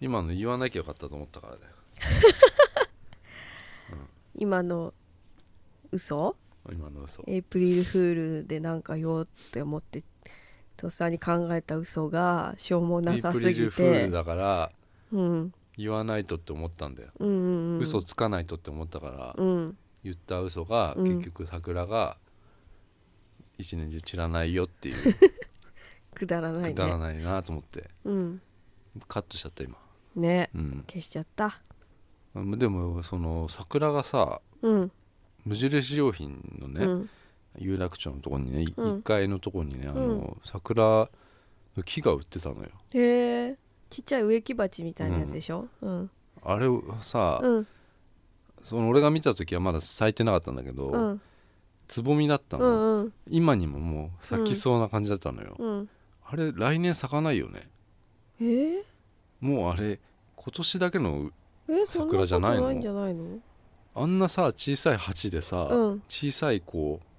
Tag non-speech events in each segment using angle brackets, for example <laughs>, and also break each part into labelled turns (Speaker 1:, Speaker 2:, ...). Speaker 1: 今の言わなきゃよかったと思ったからだよ
Speaker 2: 今の嘘
Speaker 1: 今の嘘
Speaker 2: エイプリルフールでなんか言おうって思ってとっさに考えた嘘がしょうもな
Speaker 1: エイ
Speaker 2: さ
Speaker 1: プ
Speaker 2: す
Speaker 1: リル
Speaker 2: ぎ
Speaker 1: フール
Speaker 2: て
Speaker 1: だから
Speaker 2: うん
Speaker 1: 言わないとって思ったんだよ、
Speaker 2: うんうんうん
Speaker 1: 嘘つかないとって思ったから、
Speaker 2: うん
Speaker 1: 言った嘘が
Speaker 2: うん
Speaker 1: 結局桜が一年中散らないよっていう
Speaker 2: くだ <laughs> らないね
Speaker 1: くだらないなと思って
Speaker 2: うん
Speaker 1: カットしちゃった今
Speaker 2: ね
Speaker 1: うん
Speaker 2: 消しちゃった
Speaker 1: までもその桜がさ
Speaker 2: うん
Speaker 1: 無印良品のね、
Speaker 2: うん
Speaker 1: 有楽町のとこにね、い
Speaker 2: うん
Speaker 1: 1階のとこにねあの、
Speaker 2: う
Speaker 1: 桜の木が売ってたのよ
Speaker 2: へえちっちゃい植木鉢みたいなやつでしょうん
Speaker 1: あれをさ、
Speaker 2: うん
Speaker 1: その俺が見た時はまだ咲いてなかったんだけど、
Speaker 2: うん
Speaker 1: つぼみだった
Speaker 2: う
Speaker 1: の、
Speaker 2: んうん
Speaker 1: 今にももう咲きそうな感じだったのよ、
Speaker 2: うん
Speaker 1: あれ来年咲かないよね
Speaker 2: ええ
Speaker 1: もうあれ今年だけの
Speaker 2: えそんなこ
Speaker 1: 桜じゃ
Speaker 2: と
Speaker 1: ないの
Speaker 2: ないんじゃないの
Speaker 1: あんなさ小さい鉢でさ、
Speaker 2: うん
Speaker 1: 小さいこう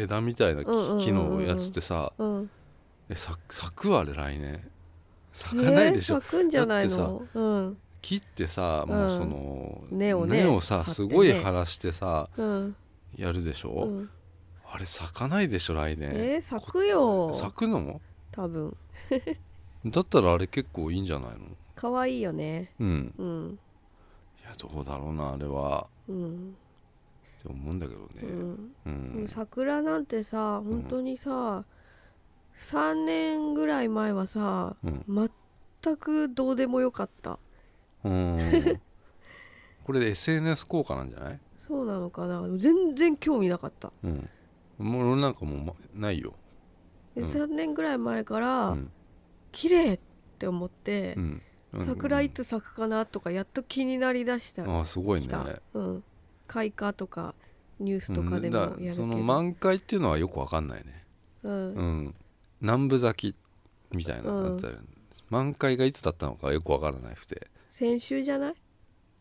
Speaker 1: 枝みたいな木,、
Speaker 2: うんうんうんうん
Speaker 1: 木のやつってさ
Speaker 2: うん
Speaker 1: え咲咲くあれ来年咲かないでしょ、
Speaker 2: ね咲くんじゃないのうん
Speaker 1: 木ってさ
Speaker 2: うん
Speaker 1: もうその、
Speaker 2: 根をね
Speaker 1: さ
Speaker 2: 張って
Speaker 1: す
Speaker 2: ね
Speaker 1: ごい張らしてさ
Speaker 2: うん
Speaker 1: やるでしょ、
Speaker 2: うん
Speaker 1: あれ咲かないでしょ来年
Speaker 2: えー咲くよ
Speaker 1: 咲くの
Speaker 2: 多分
Speaker 1: だったらあれ結構いいんじゃないの
Speaker 2: 可愛いよね
Speaker 1: うん
Speaker 2: うん
Speaker 1: いやどうだろうなあれは
Speaker 2: うん
Speaker 1: って思うんだけど
Speaker 2: う
Speaker 1: ね
Speaker 2: ん
Speaker 1: うん、
Speaker 2: でも桜なんてさ本当にさ、3年ぐらい前はさ、全くどうでもよかった
Speaker 1: うん、これで SNS 効果なんじゃない、
Speaker 2: そうなのかな全然興味なかった
Speaker 1: うん、もう俺なんかもうまないよ、
Speaker 2: で
Speaker 1: うん
Speaker 2: 3年ぐらい前から、
Speaker 1: うん
Speaker 2: 綺麗って思って、
Speaker 1: うん、
Speaker 2: 桜いつ咲くかなとかやっと気になりだした、
Speaker 1: ああすごいね
Speaker 2: した、うん、開花とかニュースとかでも
Speaker 1: う
Speaker 2: や
Speaker 1: ん
Speaker 2: る
Speaker 1: だ
Speaker 2: けど、
Speaker 1: その満開っていうのはよくわかんないね
Speaker 2: うん
Speaker 1: うん、南部咲きみたいなのだったり、満開がいつだったのかよくわからなくて
Speaker 2: 先週じゃない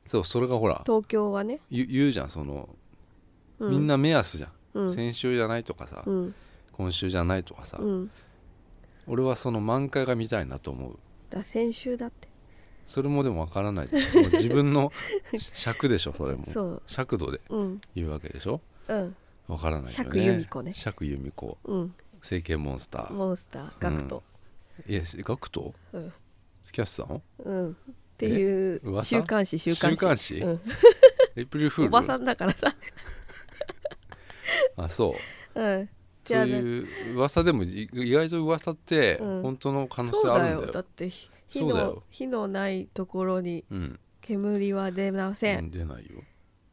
Speaker 1: そうそれがほら
Speaker 2: 東京はね、
Speaker 1: 言う言うじゃんその、
Speaker 2: う
Speaker 1: みんな目安じゃん、
Speaker 2: うん
Speaker 1: 先週じゃないとかさ、
Speaker 2: うん
Speaker 1: 今週じゃないとかさ、
Speaker 2: うん、だ
Speaker 1: 俺はその満開が見たいなと思う
Speaker 2: から先週だって
Speaker 1: それもでもわから
Speaker 2: <laughs>
Speaker 1: ないでしょもう自分の尺でしょそれも
Speaker 2: そう
Speaker 1: 尺度で
Speaker 2: うん
Speaker 1: 言うわけでしょ
Speaker 2: うん
Speaker 1: わからないよね
Speaker 2: 釈由美子ね
Speaker 1: 釈由美子
Speaker 2: うん
Speaker 1: 整形モンスター
Speaker 2: モンスターガクト
Speaker 1: いやしガクト
Speaker 2: うん、
Speaker 1: 付き合ってた
Speaker 2: <laughs>
Speaker 1: の
Speaker 2: うん、っていう
Speaker 1: え噂
Speaker 2: 週刊誌週刊
Speaker 1: 週
Speaker 2: 誌
Speaker 1: 刊誌
Speaker 2: うん、
Speaker 1: エイプリルフール
Speaker 2: おばさんだからさ、
Speaker 1: あそう
Speaker 2: うん、じ
Speaker 1: そう
Speaker 2: ゃあね
Speaker 1: いう噂でもい意外と噂って
Speaker 2: うん
Speaker 1: 本当の可能
Speaker 2: そ
Speaker 1: 性
Speaker 2: う
Speaker 1: あ
Speaker 2: だ
Speaker 1: るんだよ,、
Speaker 2: よだってひ火
Speaker 1: そうだ
Speaker 2: の
Speaker 1: よ
Speaker 2: 火のないところに
Speaker 1: うん
Speaker 2: 煙は出ません
Speaker 1: 出ないよ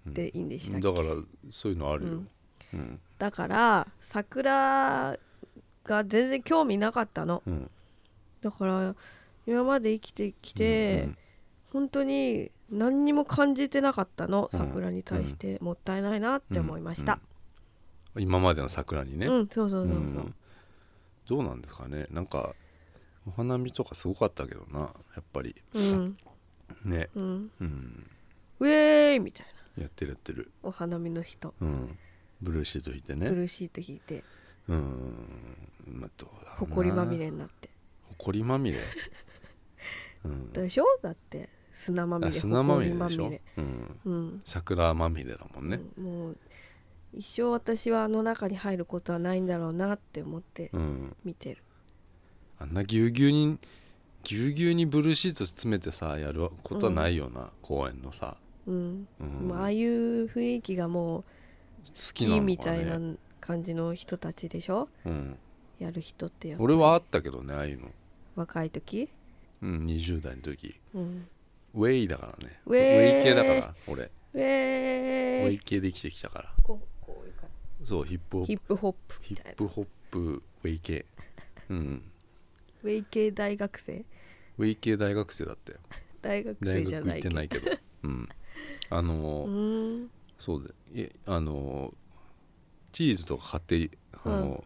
Speaker 1: うん
Speaker 2: っていいんでしたっけ、
Speaker 1: だからそういうのあるよ、
Speaker 2: う
Speaker 1: うんん
Speaker 2: だから桜が全然興味なかったの
Speaker 1: うん
Speaker 2: だから今まで生きてきて、
Speaker 1: うん
Speaker 2: 本当に何にも感じてなかったの
Speaker 1: うん
Speaker 2: 桜に対してもったいないなって思いました
Speaker 1: 今までの桜に
Speaker 2: う
Speaker 1: ね、
Speaker 2: ん、そうそうそうそう、
Speaker 1: うんどうなんですかねなんかお花見とかすごかったけどなやっぱり
Speaker 2: うん、
Speaker 1: ね
Speaker 2: うん、
Speaker 1: うん
Speaker 2: ウェーイみたいな
Speaker 1: やってるやってる
Speaker 2: お花見の人
Speaker 1: うんブルーシート引いてね
Speaker 2: 苦しいと引いて
Speaker 1: うんまあどうだろうな
Speaker 2: ほこりまみれになって
Speaker 1: ほこりまみれうん
Speaker 2: でしょだって砂まみ
Speaker 1: あ
Speaker 2: れ
Speaker 1: 砂まみれ
Speaker 2: ほこ
Speaker 1: でし
Speaker 2: りま
Speaker 1: ょ
Speaker 2: みれ、
Speaker 1: うん、
Speaker 2: うん
Speaker 1: 桜まみれだもんね、
Speaker 2: もう一生私はあの中に入ることはないんだろうなって思って
Speaker 1: うん、
Speaker 2: 見てる、
Speaker 1: あんなぎゅうぎゅうにぎゅうぎゅうにブルーシート詰めてさやることはないような、公園のさ、
Speaker 2: うん
Speaker 1: うん
Speaker 2: もうああ
Speaker 1: 好
Speaker 2: いう雰囲気がもう
Speaker 1: きな
Speaker 2: 木
Speaker 1: の
Speaker 2: み
Speaker 1: か
Speaker 2: たいな
Speaker 1: ね、
Speaker 2: 感じの人たちでしょ
Speaker 1: うん、
Speaker 2: やる人ってやっぱ
Speaker 1: 俺はあったけどねああいうの、
Speaker 2: 若い時、
Speaker 1: うん、20代の時
Speaker 2: うん、
Speaker 1: ウェイだからね
Speaker 2: ウェイ
Speaker 1: 系だから俺、
Speaker 2: ウ
Speaker 1: ウ
Speaker 2: ェ
Speaker 1: ェ
Speaker 2: ー
Speaker 1: イ
Speaker 2: イ
Speaker 1: 系で生きてきたから
Speaker 2: こうこういう感
Speaker 1: そうヒップホ
Speaker 2: じヒ
Speaker 1: ッ
Speaker 2: ッ
Speaker 1: プ
Speaker 2: プホップ
Speaker 1: ヒ
Speaker 2: みたい
Speaker 1: ッ
Speaker 2: な
Speaker 1: プホップウェイ系うん
Speaker 2: ウェイ系大学生
Speaker 1: ウェイ系大学生だったよ
Speaker 2: 大学
Speaker 1: 大
Speaker 2: 生じ
Speaker 1: 学
Speaker 2: ゃ
Speaker 1: 行っ
Speaker 2: ない
Speaker 1: て
Speaker 2: けど
Speaker 1: ないけどうんあのー
Speaker 2: うーん
Speaker 1: そうでいえあのチーズとか買ってあの、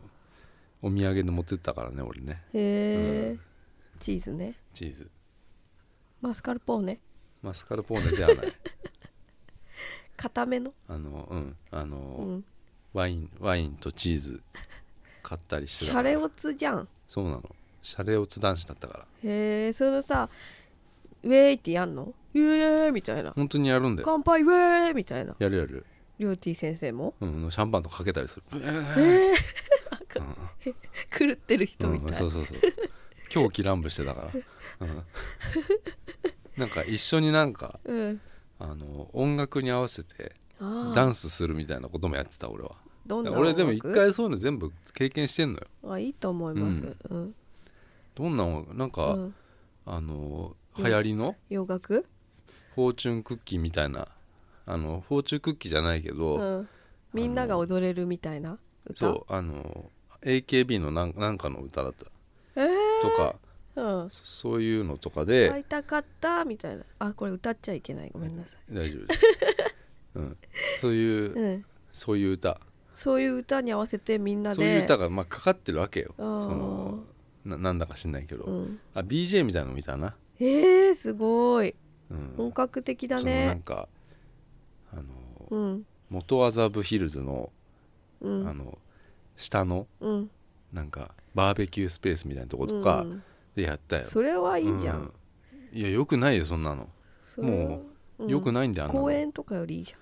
Speaker 1: お土産で持ってったからね俺ね
Speaker 2: へえ、
Speaker 1: うん
Speaker 2: チーズね
Speaker 1: チーズ
Speaker 2: マスカルポーネ
Speaker 1: マスカルポーネではない
Speaker 2: 固めの、
Speaker 1: あのうんあの、
Speaker 2: うん、
Speaker 1: ワインワインとチーズ買ったりして
Speaker 2: シ
Speaker 1: たか
Speaker 2: ャ
Speaker 1: ら
Speaker 2: レオツじゃん
Speaker 1: そうなのシャレオツ男子だったから
Speaker 2: へえそのさウェーイってやんのイエーイみたいな
Speaker 1: 本当にやるんだよ
Speaker 2: 乾杯ウェーイみたいな
Speaker 1: やるやる、
Speaker 2: りょうてぃ先生も <laughs>
Speaker 1: うん、シャンパンとかけたりする、え
Speaker 2: え
Speaker 1: ー
Speaker 2: ー、
Speaker 1: う
Speaker 2: 狂ってる人
Speaker 1: ん
Speaker 2: み
Speaker 1: うん
Speaker 2: たい、
Speaker 1: そうそうそう狂気乱舞してたから、うん、なんか一緒になんか
Speaker 2: うん
Speaker 1: あの音楽に合わせて
Speaker 2: ああ
Speaker 1: ダンスするみたいなこともやってた俺は
Speaker 2: どんな音楽
Speaker 1: 俺でも一回そういうの全部経験してんのよ
Speaker 2: あいいと思います、うん
Speaker 1: どんな音楽なん
Speaker 2: う
Speaker 1: か、
Speaker 2: ん
Speaker 1: あの
Speaker 2: う
Speaker 1: 流
Speaker 2: ん
Speaker 1: 行りの
Speaker 2: 洋楽、
Speaker 1: フォーチュンクッキーみたいなあのフォーチュンクッキーじゃないけど、
Speaker 2: うん、みんなが踊れるみたいな歌
Speaker 1: そうあの AKB のなんなんかの歌だったと
Speaker 2: えー
Speaker 1: か
Speaker 2: うん、
Speaker 1: そそういうのとかで、
Speaker 2: 会いたかったみたいなあこれ歌っちゃいけないごめんなさい、
Speaker 1: 大丈夫です、うん、そういう、
Speaker 2: うん、
Speaker 1: そういう歌
Speaker 2: そういう歌に合わせてみんなで
Speaker 1: そういう歌がまあかかってるわけよ
Speaker 2: あ
Speaker 1: そ
Speaker 2: ー
Speaker 1: のななんだか知んないけど、
Speaker 2: うん、
Speaker 1: あ BJ みたいなの見たな、
Speaker 2: えー、すごい
Speaker 1: うん、
Speaker 2: 本格的だ
Speaker 1: そのなん
Speaker 2: ね
Speaker 1: かあの
Speaker 2: うん
Speaker 1: 元麻布ヒルズの,、
Speaker 2: う
Speaker 1: あ
Speaker 2: ん
Speaker 1: の下の
Speaker 2: うん
Speaker 1: なんかバーベキュースペースみたいなとことか
Speaker 2: うん
Speaker 1: でやったよ、
Speaker 2: それはいいじゃん、
Speaker 1: うんいやよくないよそんなの、
Speaker 2: それは
Speaker 1: もよくないんだよあんなの
Speaker 2: 公園とかよりいいじ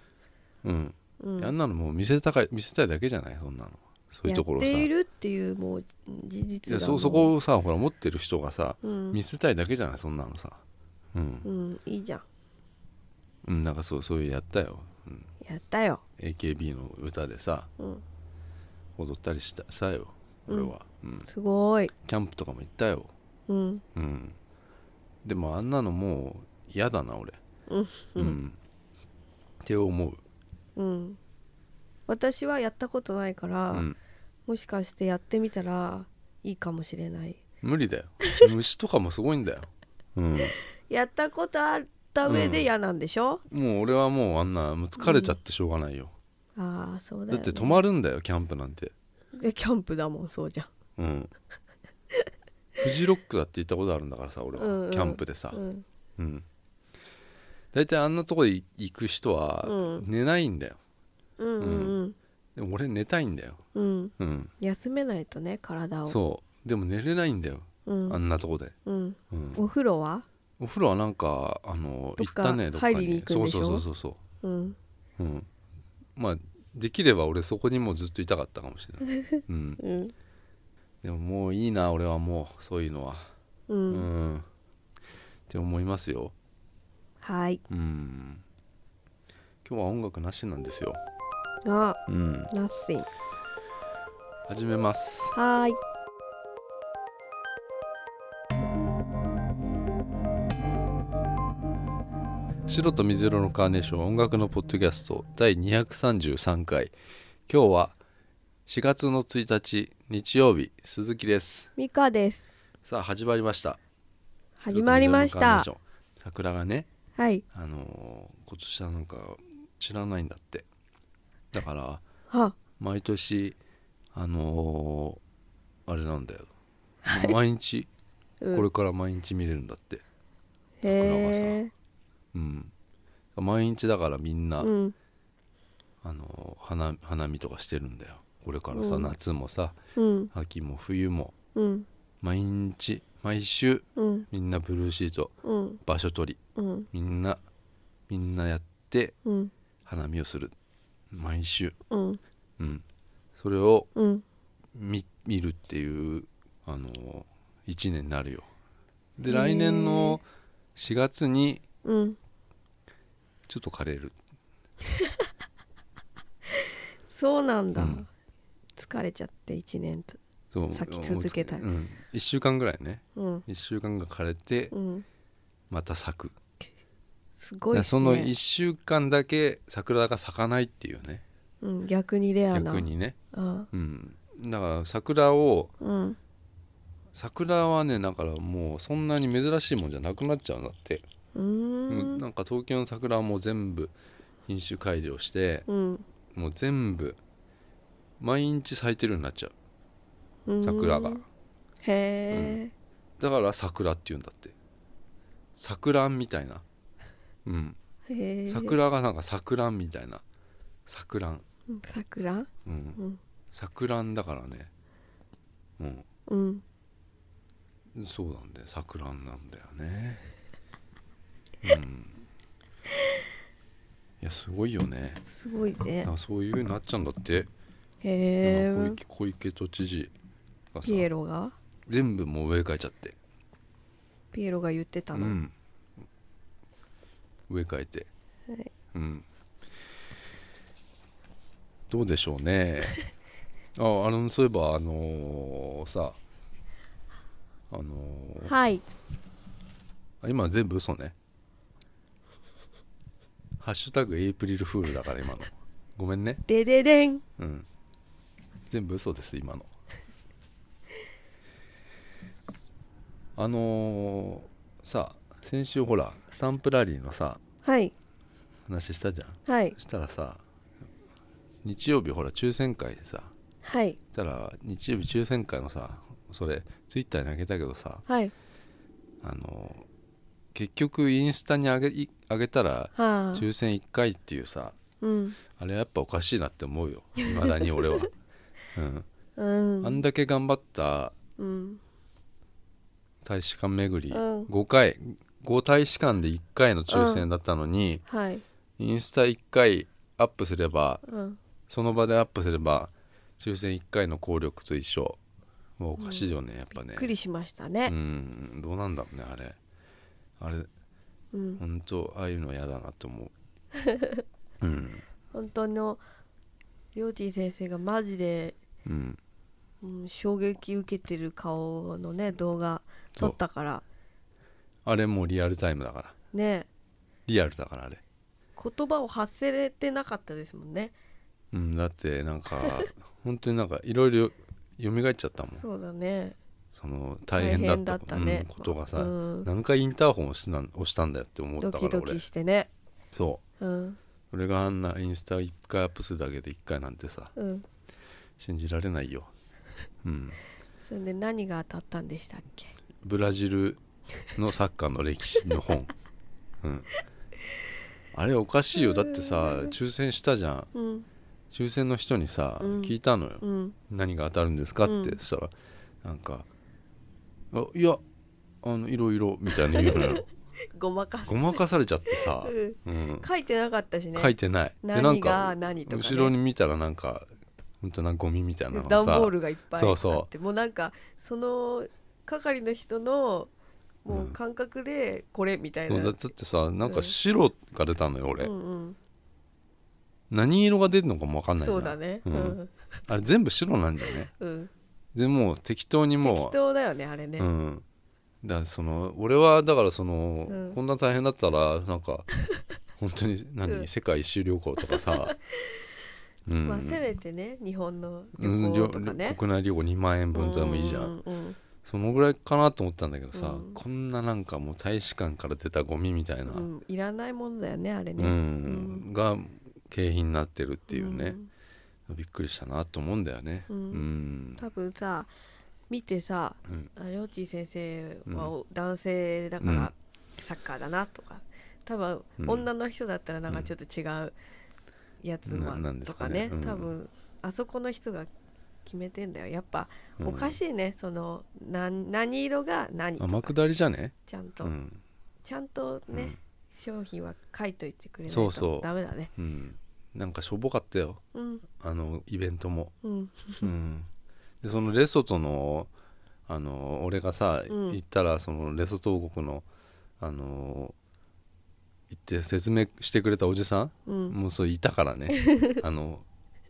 Speaker 1: うん、
Speaker 2: ゃん、うん、
Speaker 1: あんなのもう見せたか見せたいだけじゃないそんなのそういうところさ
Speaker 2: やっているっていうもう事
Speaker 1: い
Speaker 2: 実
Speaker 1: や
Speaker 2: だも
Speaker 1: そ
Speaker 2: ん
Speaker 1: そこをさほら持ってる人がさ
Speaker 2: うん、
Speaker 1: 見せたいだけじゃないそんなのさうん、
Speaker 2: うん、いいじゃん
Speaker 1: うん、なんかそうそういうやったよ、うん、
Speaker 2: やったよ、
Speaker 1: AKB の歌でさ
Speaker 2: うん、
Speaker 1: 踊ったりしたしたよ俺は、うん、
Speaker 2: すごい、
Speaker 1: キャンプとかも行ったよ
Speaker 2: うん、
Speaker 1: うんでもあんなのもう嫌だな俺
Speaker 2: うん
Speaker 1: うんって思う
Speaker 2: うん私はやったことないから、
Speaker 1: うん
Speaker 2: もしかしてやってみたらいいかもしれない
Speaker 1: 無理だ
Speaker 2: <laughs>
Speaker 1: よ虫とかもすごいんだようん
Speaker 2: やったことあった上で嫌なんでしょ、
Speaker 1: もう俺はもうあんなもう疲れちゃってしょうがないよ、
Speaker 2: ああそうだ
Speaker 1: だ
Speaker 2: よ、
Speaker 1: っ
Speaker 2: ね、
Speaker 1: て泊まるんだよキャンプなんて
Speaker 2: えキャンプだもんそうじゃん
Speaker 1: うんフジロックだって行ったことあるんだからさ俺は、
Speaker 2: うんうん
Speaker 1: キャンプでさ
Speaker 2: うん
Speaker 1: うん大体、あんなとこで行く人は
Speaker 2: うん
Speaker 1: 寝ないんだよ、
Speaker 2: うんうん
Speaker 1: でも俺寝たいんだよ
Speaker 2: うん、うん、
Speaker 1: うん
Speaker 2: 休めないとね体を
Speaker 1: そうでも寝れないんだよ、
Speaker 2: う、ん
Speaker 1: あんなとこで、
Speaker 2: うん、
Speaker 1: うん、
Speaker 2: お風呂は、
Speaker 1: お風呂はなんかあの
Speaker 2: ど
Speaker 1: 行
Speaker 2: っ
Speaker 1: っ
Speaker 2: か
Speaker 1: たねどっかに
Speaker 2: 入りに行くんでしょ
Speaker 1: そうそうそうそう
Speaker 2: うん、
Speaker 1: そう、うん、まあできれば俺そこにもうずっといたかったかもしれ
Speaker 2: <laughs>
Speaker 1: ない、うん、
Speaker 2: うん
Speaker 1: でももういいな俺はもうそういうのは
Speaker 2: う
Speaker 1: うん、
Speaker 2: ん
Speaker 1: って思いますよ
Speaker 2: はい
Speaker 1: うん今日は音楽なしなんですよ
Speaker 2: が
Speaker 1: うん
Speaker 2: ナッシンは
Speaker 1: 始めます
Speaker 2: ーい
Speaker 1: 白と水色のカーネーション音楽のポッドキャスト第233回今日は4月の1日日曜日鈴木です
Speaker 2: ミカです
Speaker 1: さあ始まりました
Speaker 2: 始まりました
Speaker 1: 白と水色のカーネーション桜がね
Speaker 2: はい
Speaker 1: あのー今年はなんか知らないんだってだから
Speaker 2: は
Speaker 1: 毎年あのーあれなんだよ毎日
Speaker 2: うん
Speaker 1: これから毎日見れるんだって
Speaker 2: へ
Speaker 1: うん毎日だからみん
Speaker 2: え
Speaker 1: な、
Speaker 2: うん
Speaker 1: あの花花見とかしてるんだよこれからさ、
Speaker 2: うん
Speaker 1: 夏もさ
Speaker 2: うん
Speaker 1: 秋も冬も
Speaker 2: うん
Speaker 1: 毎日毎週
Speaker 2: うん
Speaker 1: みんなブルーシート
Speaker 2: うん
Speaker 1: 場所取り
Speaker 2: うん
Speaker 1: みんなみんなやって
Speaker 2: うん
Speaker 1: 花見をする毎週
Speaker 2: うん
Speaker 1: うんそれを
Speaker 2: うん
Speaker 1: 見見るっていうあの1年になるよで
Speaker 2: へー
Speaker 1: 来年の4月に
Speaker 2: うん
Speaker 1: ちょっと枯れる
Speaker 2: そうなんだ、
Speaker 1: うん
Speaker 2: 疲れちゃって1年と
Speaker 1: そう
Speaker 2: 咲き続けたい
Speaker 1: うん、1週間ぐらいね
Speaker 2: うん
Speaker 1: 1週間が枯れて
Speaker 2: うん
Speaker 1: また咲く
Speaker 2: すごい
Speaker 1: だから
Speaker 2: です
Speaker 1: その
Speaker 2: ね
Speaker 1: 1週間だけ桜が咲かないっていうね
Speaker 2: うん、逆にレアな
Speaker 1: 逆にね、
Speaker 2: あ
Speaker 1: うん、だから桜を
Speaker 2: うん
Speaker 1: 桜はねだからもうそんなに珍しいもんじゃなくなっちゃうんだって、
Speaker 2: う
Speaker 1: う
Speaker 2: ー
Speaker 1: ん
Speaker 2: ん
Speaker 1: なんか東京の桜はもう全部品種改良して、
Speaker 2: うん
Speaker 1: もう全部毎日咲いてるようになっちゃう
Speaker 2: うん
Speaker 1: 桜が、
Speaker 2: へえ、
Speaker 1: だから桜っていうんだって桜んみたいなうん
Speaker 2: へえ
Speaker 1: 桜がなんか桜んみたいな桜ん
Speaker 2: うん桜
Speaker 1: うん
Speaker 2: うん
Speaker 1: 桜んだからねうん
Speaker 2: うん
Speaker 1: そうなんだよ桜なんだよねすごいよね
Speaker 2: すごいね
Speaker 1: なんかそういう風になっちゃうんだって、
Speaker 2: へ
Speaker 1: なんか小池
Speaker 2: え
Speaker 1: 小池都知事がさ
Speaker 2: ピエロが
Speaker 1: 全部もう植え替えちゃって
Speaker 2: ピエロが言ってた
Speaker 1: う
Speaker 2: の、
Speaker 1: ん、植え替えて、
Speaker 2: はい
Speaker 1: うんどうでしょう
Speaker 2: <laughs>
Speaker 1: ねああのそういえばあのーさあのー
Speaker 2: はい
Speaker 1: あ今全部嘘ね「ハッシュタグエイプリルフール」だから今のごめんね
Speaker 2: でででん
Speaker 1: うん全部嘘です今の <laughs> あのーさ先週ほらサンプラリーのさ
Speaker 2: はい
Speaker 1: 話したじゃん
Speaker 2: はい
Speaker 1: そしたらさ日曜日ほら抽選会でさ
Speaker 2: はい
Speaker 1: そしたら日曜日抽選会のさそれツイッターにあげたけどさ
Speaker 2: はい
Speaker 1: あのー結局インスタにあげいあげたら
Speaker 2: はあ
Speaker 1: 抽選1回っていうさ
Speaker 2: うん
Speaker 1: あれやっぱおかしいなって思うよいまだに俺は、
Speaker 2: う
Speaker 1: うん、
Speaker 2: ん
Speaker 1: あんだけ頑張った
Speaker 2: うん
Speaker 1: 大使館巡り、
Speaker 2: うん
Speaker 1: 5回5大使館で1回の抽選だったのに、
Speaker 2: はい
Speaker 1: インスタ1回アップすれば
Speaker 2: うん
Speaker 1: その場でアップすれば抽選1回の効力と一緒もうおかしいよね、やっぱ
Speaker 2: び
Speaker 1: ね
Speaker 2: っくりしました
Speaker 1: う
Speaker 2: ね
Speaker 1: んどうなんだろうねあれあれ
Speaker 2: うん
Speaker 1: 本当ああいうの嫌だなと思ううん
Speaker 2: 本当のりょうてぃ先生がマジで、
Speaker 1: うん
Speaker 2: うん、衝撃受けてる顔のね動画撮ったから
Speaker 1: あれもうリアルタイムだから
Speaker 2: ね
Speaker 1: リアルだからあれ
Speaker 2: 言葉を発せれてなかったですもんね
Speaker 1: うん、だってなんか本当になんかいろいろ蘇っちゃったもんそ
Speaker 2: そうだね
Speaker 1: の大変だった
Speaker 2: 大変だったね
Speaker 1: うんことがさ、
Speaker 2: うん
Speaker 1: 何回インターホン押したん押したんだよって思ったか
Speaker 2: ド
Speaker 1: ら
Speaker 2: キド
Speaker 1: 俺
Speaker 2: キしてね
Speaker 1: そ
Speaker 2: うん
Speaker 1: う俺があんなインスタ1回アップするだけで1回なんてさ
Speaker 2: うん
Speaker 1: 信じられないようん
Speaker 2: それで何が当たったんでしたっけ
Speaker 1: ブラジルのサッカーの歴史の
Speaker 2: <laughs>
Speaker 1: 本うんあれおかしいよだってさ抽選したじゃん
Speaker 2: うん
Speaker 1: 抽選の人にさ、
Speaker 2: うん
Speaker 1: 聞いたのよ、
Speaker 2: うん
Speaker 1: 何が当たるんですかって、
Speaker 2: うん
Speaker 1: そしたらなんか「あいやあのいろいろ」みたいな言うの
Speaker 2: <laughs>
Speaker 1: よ
Speaker 2: ごまかす
Speaker 1: ごまかされちゃってさ、
Speaker 2: うん
Speaker 1: うん、
Speaker 2: 書いてなかったしね
Speaker 1: 書いてないでなん
Speaker 2: 何が
Speaker 1: か
Speaker 2: 何とか、ね、
Speaker 1: 後ろに見たらなんか本当なんかゴミみたいなの
Speaker 2: 段
Speaker 1: が
Speaker 2: ボー
Speaker 1: さ
Speaker 2: ルがいっぱいあって
Speaker 1: そうそう
Speaker 2: もうなんかその係の人のもううん感覚でこれみたい
Speaker 1: そ
Speaker 2: な、
Speaker 1: う
Speaker 2: うん
Speaker 1: だだってさなんか白が出たのよ俺、
Speaker 2: うん
Speaker 1: 何色が出るのかも分かんないじゃ
Speaker 2: そ
Speaker 1: ん
Speaker 2: うだねう
Speaker 1: うん
Speaker 2: ん、
Speaker 1: あれ全部白なんじゃね
Speaker 2: うん、
Speaker 1: でもう適当にもう
Speaker 2: 適当だよねあれね、
Speaker 1: うんだからその俺はだからその、
Speaker 2: うん
Speaker 1: こんな大変だったらなん
Speaker 2: <laughs>
Speaker 1: か本当に何、
Speaker 2: うん
Speaker 1: 世界一周旅行とかさ、うん
Speaker 2: <laughs> まあせめてね日本の旅
Speaker 1: うん
Speaker 2: 行とか
Speaker 1: りょ
Speaker 2: ね、
Speaker 1: 国内旅行2万円分とかでもいいじゃん、
Speaker 2: うんうん
Speaker 1: そのぐらいかなと思ったんだけどさ、
Speaker 2: うん
Speaker 1: こんななんかもう大使館から出たゴミみたいな、
Speaker 2: うんうんいらないものだよねあれ
Speaker 1: う
Speaker 2: ね、
Speaker 1: んが景品になってるっていうね
Speaker 2: う、ん
Speaker 1: びっくりしたなと思うんだよね
Speaker 2: う
Speaker 1: うんん、
Speaker 2: 多分さ見てさ
Speaker 1: うん
Speaker 2: ありょうてぃ先生
Speaker 1: う
Speaker 2: は男性だか
Speaker 1: う
Speaker 2: ら
Speaker 1: ん
Speaker 2: サッカーだなとか多分
Speaker 1: うん
Speaker 2: 女の人だったらなんかちょっと違うやつ
Speaker 1: ななん
Speaker 2: は
Speaker 1: で
Speaker 2: と
Speaker 1: す
Speaker 2: か
Speaker 1: かね
Speaker 2: ね
Speaker 1: うん
Speaker 2: 多分あそこの人が決めてんだよやっぱ
Speaker 1: うん
Speaker 2: おかしいねそのなん何色が何と
Speaker 1: 天
Speaker 2: か
Speaker 1: 下りじゃね、
Speaker 2: ちゃんと
Speaker 1: うん
Speaker 2: ちゃんと
Speaker 1: う
Speaker 2: ね
Speaker 1: ん
Speaker 2: 商品は書いといてくれない
Speaker 1: そうそ
Speaker 2: と
Speaker 1: う
Speaker 2: ダメだね
Speaker 1: うん、なんかしょぼかったよ
Speaker 2: うん
Speaker 1: あのイベントも
Speaker 2: うん
Speaker 1: うん、でそのレソトのあの俺がさ、
Speaker 2: うん
Speaker 1: 行ったらそのレソト王国のあの行って説明してくれたおじさん、
Speaker 2: うん
Speaker 1: もうそれいたから
Speaker 2: <laughs>
Speaker 1: ねあの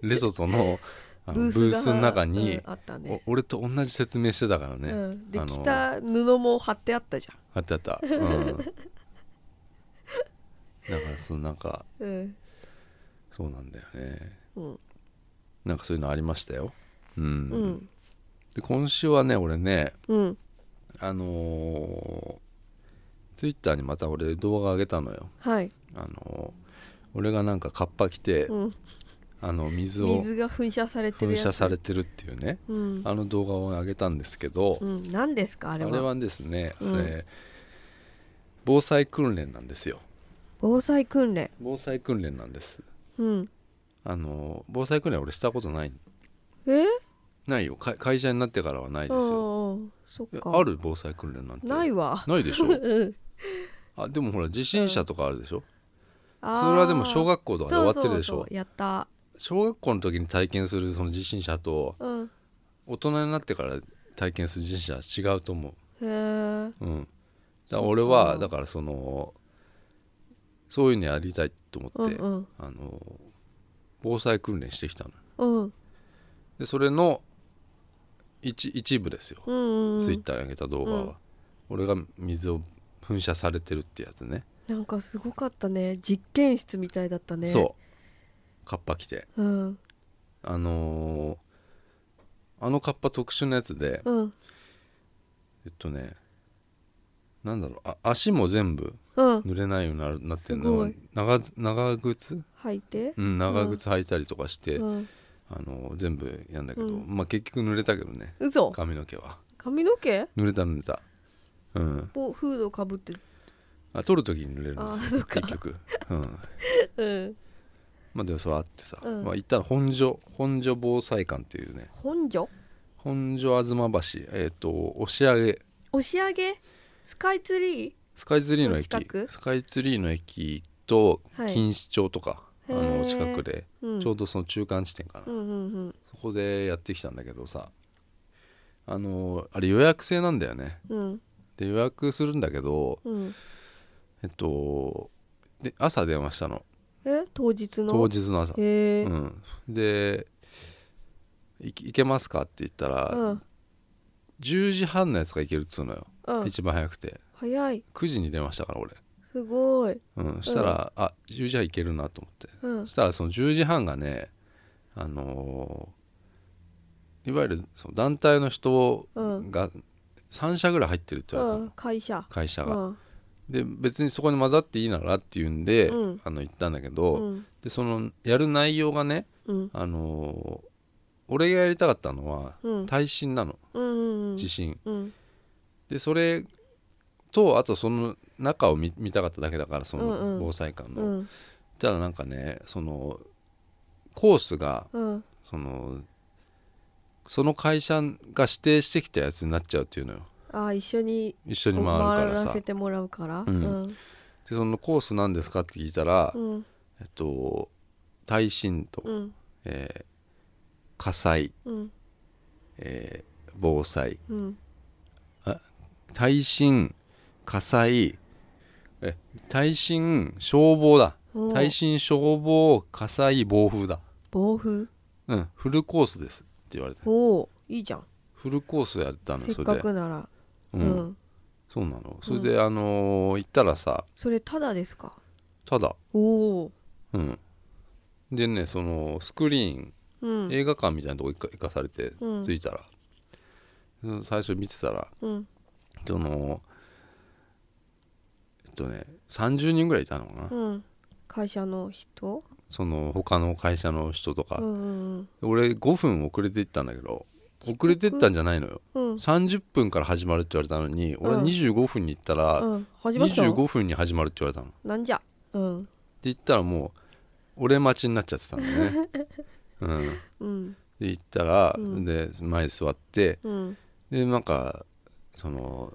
Speaker 1: レソトのあのブー
Speaker 2: が
Speaker 1: スの中に
Speaker 2: うん、あった
Speaker 1: お
Speaker 2: ね
Speaker 1: 俺と同じ説明してたからね、
Speaker 2: うんで
Speaker 1: あの
Speaker 2: 着た布も貼ってあったじ
Speaker 1: あったあった、
Speaker 2: <laughs>
Speaker 1: うん、だからそのなんか
Speaker 2: ゃんうん
Speaker 1: そうなんだよね
Speaker 2: うん
Speaker 1: なんかそういうのありましたよ、うん
Speaker 2: うん
Speaker 1: で今週はね俺ね
Speaker 2: うん
Speaker 1: あのー、ツイッターにまた俺動画上げたのよ。
Speaker 2: はい、
Speaker 1: あのー俺がなんかカッパ着て、
Speaker 2: うん、
Speaker 1: あの水を
Speaker 2: 水が噴射されてる
Speaker 1: 噴
Speaker 2: やつ
Speaker 1: 射されてるっていうね、
Speaker 2: うん、
Speaker 1: あの動画を上げたんですけど、
Speaker 2: うん、何ですかあ
Speaker 1: あ
Speaker 2: れ
Speaker 1: れ
Speaker 2: は
Speaker 1: はですね、
Speaker 2: うん
Speaker 1: あれ防災訓練なんですよ。
Speaker 2: 防災訓練
Speaker 1: 防災訓練なんです。
Speaker 2: うん
Speaker 1: あのー防災訓練俺したことない
Speaker 2: え
Speaker 1: ないよか会社になってからはないですよ。
Speaker 2: うんそっ
Speaker 1: え
Speaker 2: か
Speaker 1: ある防災訓練なんて
Speaker 2: ないわ
Speaker 1: ないでしょ
Speaker 2: <laughs> うん
Speaker 1: あでもほら地震車とかあるでしょ、
Speaker 2: あー
Speaker 1: それはでも小学校とかで終わってるでしょ
Speaker 2: そうそうそうやった
Speaker 1: 小学校の時に体験するその自信車と
Speaker 2: うん
Speaker 1: 大人になってから体験する自信車は違うと思う
Speaker 2: へえ
Speaker 1: うんだから俺は
Speaker 2: そうか
Speaker 1: だからそのそういうのやりたいと思
Speaker 2: う
Speaker 1: っ
Speaker 2: ん
Speaker 1: て、
Speaker 2: うん
Speaker 1: あの防災訓練してきたの
Speaker 2: うん
Speaker 1: でそれの一一部ですよ、
Speaker 2: うんう
Speaker 1: ツイッ
Speaker 2: ん
Speaker 1: ターに上げた動画は、
Speaker 2: うん
Speaker 1: 俺が水を噴射されてるってやつね
Speaker 2: なんかすごかったね実験室みたいだったね
Speaker 1: そうカッパ着て
Speaker 2: ううん
Speaker 1: あのーあのカッパ特殊なやつで、
Speaker 2: うん
Speaker 1: えっとねなんだろうあ足も全部
Speaker 2: うん
Speaker 1: 濡れないようになるなってる
Speaker 2: すご
Speaker 1: の
Speaker 2: い
Speaker 1: 長ず長靴、
Speaker 2: 吐いて
Speaker 1: うん、長靴履いたりとかして、
Speaker 2: うん
Speaker 1: あのー全部やんだけど、
Speaker 2: うん
Speaker 1: まあ結局濡れたけどね
Speaker 2: 嘘
Speaker 1: 髪の毛は
Speaker 2: 髪の毛
Speaker 1: 濡れた濡れたうん
Speaker 2: をフードかぶって
Speaker 1: あ取る時に濡れるん
Speaker 2: あ
Speaker 1: です
Speaker 2: そ
Speaker 1: よ
Speaker 2: っか
Speaker 1: 結局、うん、
Speaker 2: うん
Speaker 1: まあでもそれあってさ、
Speaker 2: うん
Speaker 1: まあ、行ったら本所本所防災館っていうね
Speaker 2: 本所
Speaker 1: 本所吾妻橋えっ、と押上
Speaker 2: 押上げスカイツリー
Speaker 1: スカイツリーの駅
Speaker 2: 近く
Speaker 1: スカイツリーの駅と
Speaker 2: はい
Speaker 1: 錦糸町とか、
Speaker 2: へ
Speaker 1: あ
Speaker 2: ー
Speaker 1: の近くで
Speaker 2: うん
Speaker 1: ちょうどその中間地点かな、
Speaker 2: うんうんうん
Speaker 1: そこでやってきたんだけどさあのあれ予約制なんだよね
Speaker 2: うん
Speaker 1: で予約するんだけど
Speaker 2: うん
Speaker 1: えっとで朝電話したの
Speaker 2: え当日の
Speaker 1: 当日の朝
Speaker 2: へえ
Speaker 1: うん、でい「行けますか?」って言ったら、
Speaker 2: うん
Speaker 1: 10時半のやつが行けるっつうのよ、
Speaker 2: うん
Speaker 1: 一番早くて
Speaker 2: 早い
Speaker 1: 9時に電話したから俺、
Speaker 2: すごい
Speaker 1: うん、そしたら、あ10時半行けるなと思って
Speaker 2: うん
Speaker 1: そしたらその10時半がねあのーいわゆるその団体の人
Speaker 2: うん
Speaker 1: が3社ぐらい入ってるって言われたの、
Speaker 2: うん会社
Speaker 1: 会社
Speaker 2: う
Speaker 1: が、
Speaker 2: ん
Speaker 1: で別にそこに混ざっていいならっていうんで、
Speaker 2: うん
Speaker 1: あの行ったんだけ
Speaker 2: う
Speaker 1: ど、
Speaker 2: ん
Speaker 1: でそのやる内容がね
Speaker 2: うん
Speaker 1: あのー俺がやりたかったのは
Speaker 2: うん
Speaker 1: 耐震なの、
Speaker 2: うんうん
Speaker 1: 地震
Speaker 2: うん
Speaker 1: でそれとあとその中を見見たかっただけだからそ
Speaker 2: うんう
Speaker 1: の
Speaker 2: ん
Speaker 1: 防災館の、
Speaker 2: うん
Speaker 1: たらなんかねそのコースが
Speaker 2: うん
Speaker 1: そのその会社が指定してきたやつになっちゃうっていうのよ
Speaker 2: あ一緒に
Speaker 1: 一緒に回る
Speaker 2: 回
Speaker 1: から
Speaker 2: ら
Speaker 1: さ
Speaker 2: せてもらうからう
Speaker 1: うん
Speaker 2: ん
Speaker 1: でそのコースなんですかって聞いたら、
Speaker 2: うん
Speaker 1: えっと耐震と、
Speaker 2: うん
Speaker 1: えー火災、
Speaker 2: うん
Speaker 1: えー防災
Speaker 2: うん
Speaker 1: 耐震火災え耐震消防だ
Speaker 2: お
Speaker 1: 耐震消防火災暴風だ
Speaker 2: 暴風
Speaker 1: うんフルコースですって言われて
Speaker 2: おおいいじゃん
Speaker 1: フルコースやったのそ
Speaker 2: せ
Speaker 1: れ
Speaker 2: っ
Speaker 1: で
Speaker 2: かくなら
Speaker 1: う
Speaker 2: うんん
Speaker 1: そうなのそれで、あのー行ったらさ
Speaker 2: それただですか
Speaker 1: ただ
Speaker 2: おお
Speaker 1: うんでねそのスクリーン、
Speaker 2: うん
Speaker 1: 映画館みたいなとこ行か行かされて
Speaker 2: うん
Speaker 1: 着いたら、その最初見てたら
Speaker 2: うん
Speaker 1: そのえっとね30人ぐらいいたのかな、
Speaker 2: うん会社の人
Speaker 1: その他の会社の人とか、
Speaker 2: うんうん
Speaker 1: 俺5分遅れて行ったんだけど遅れて行ったんじゃないのよ
Speaker 2: うんうん
Speaker 1: 30分から始まるって言われたのに俺
Speaker 2: うん
Speaker 1: 25分に行ったら、
Speaker 2: うん始まったの
Speaker 1: 25分に始まるって言われたのって
Speaker 2: なんじゃうん
Speaker 1: 言ったらもう俺待ちになっちゃってたん
Speaker 2: <laughs>
Speaker 1: だね、うん、
Speaker 2: うん
Speaker 1: で行ったら、
Speaker 2: うん
Speaker 1: で前座って
Speaker 2: うん
Speaker 1: でなんかその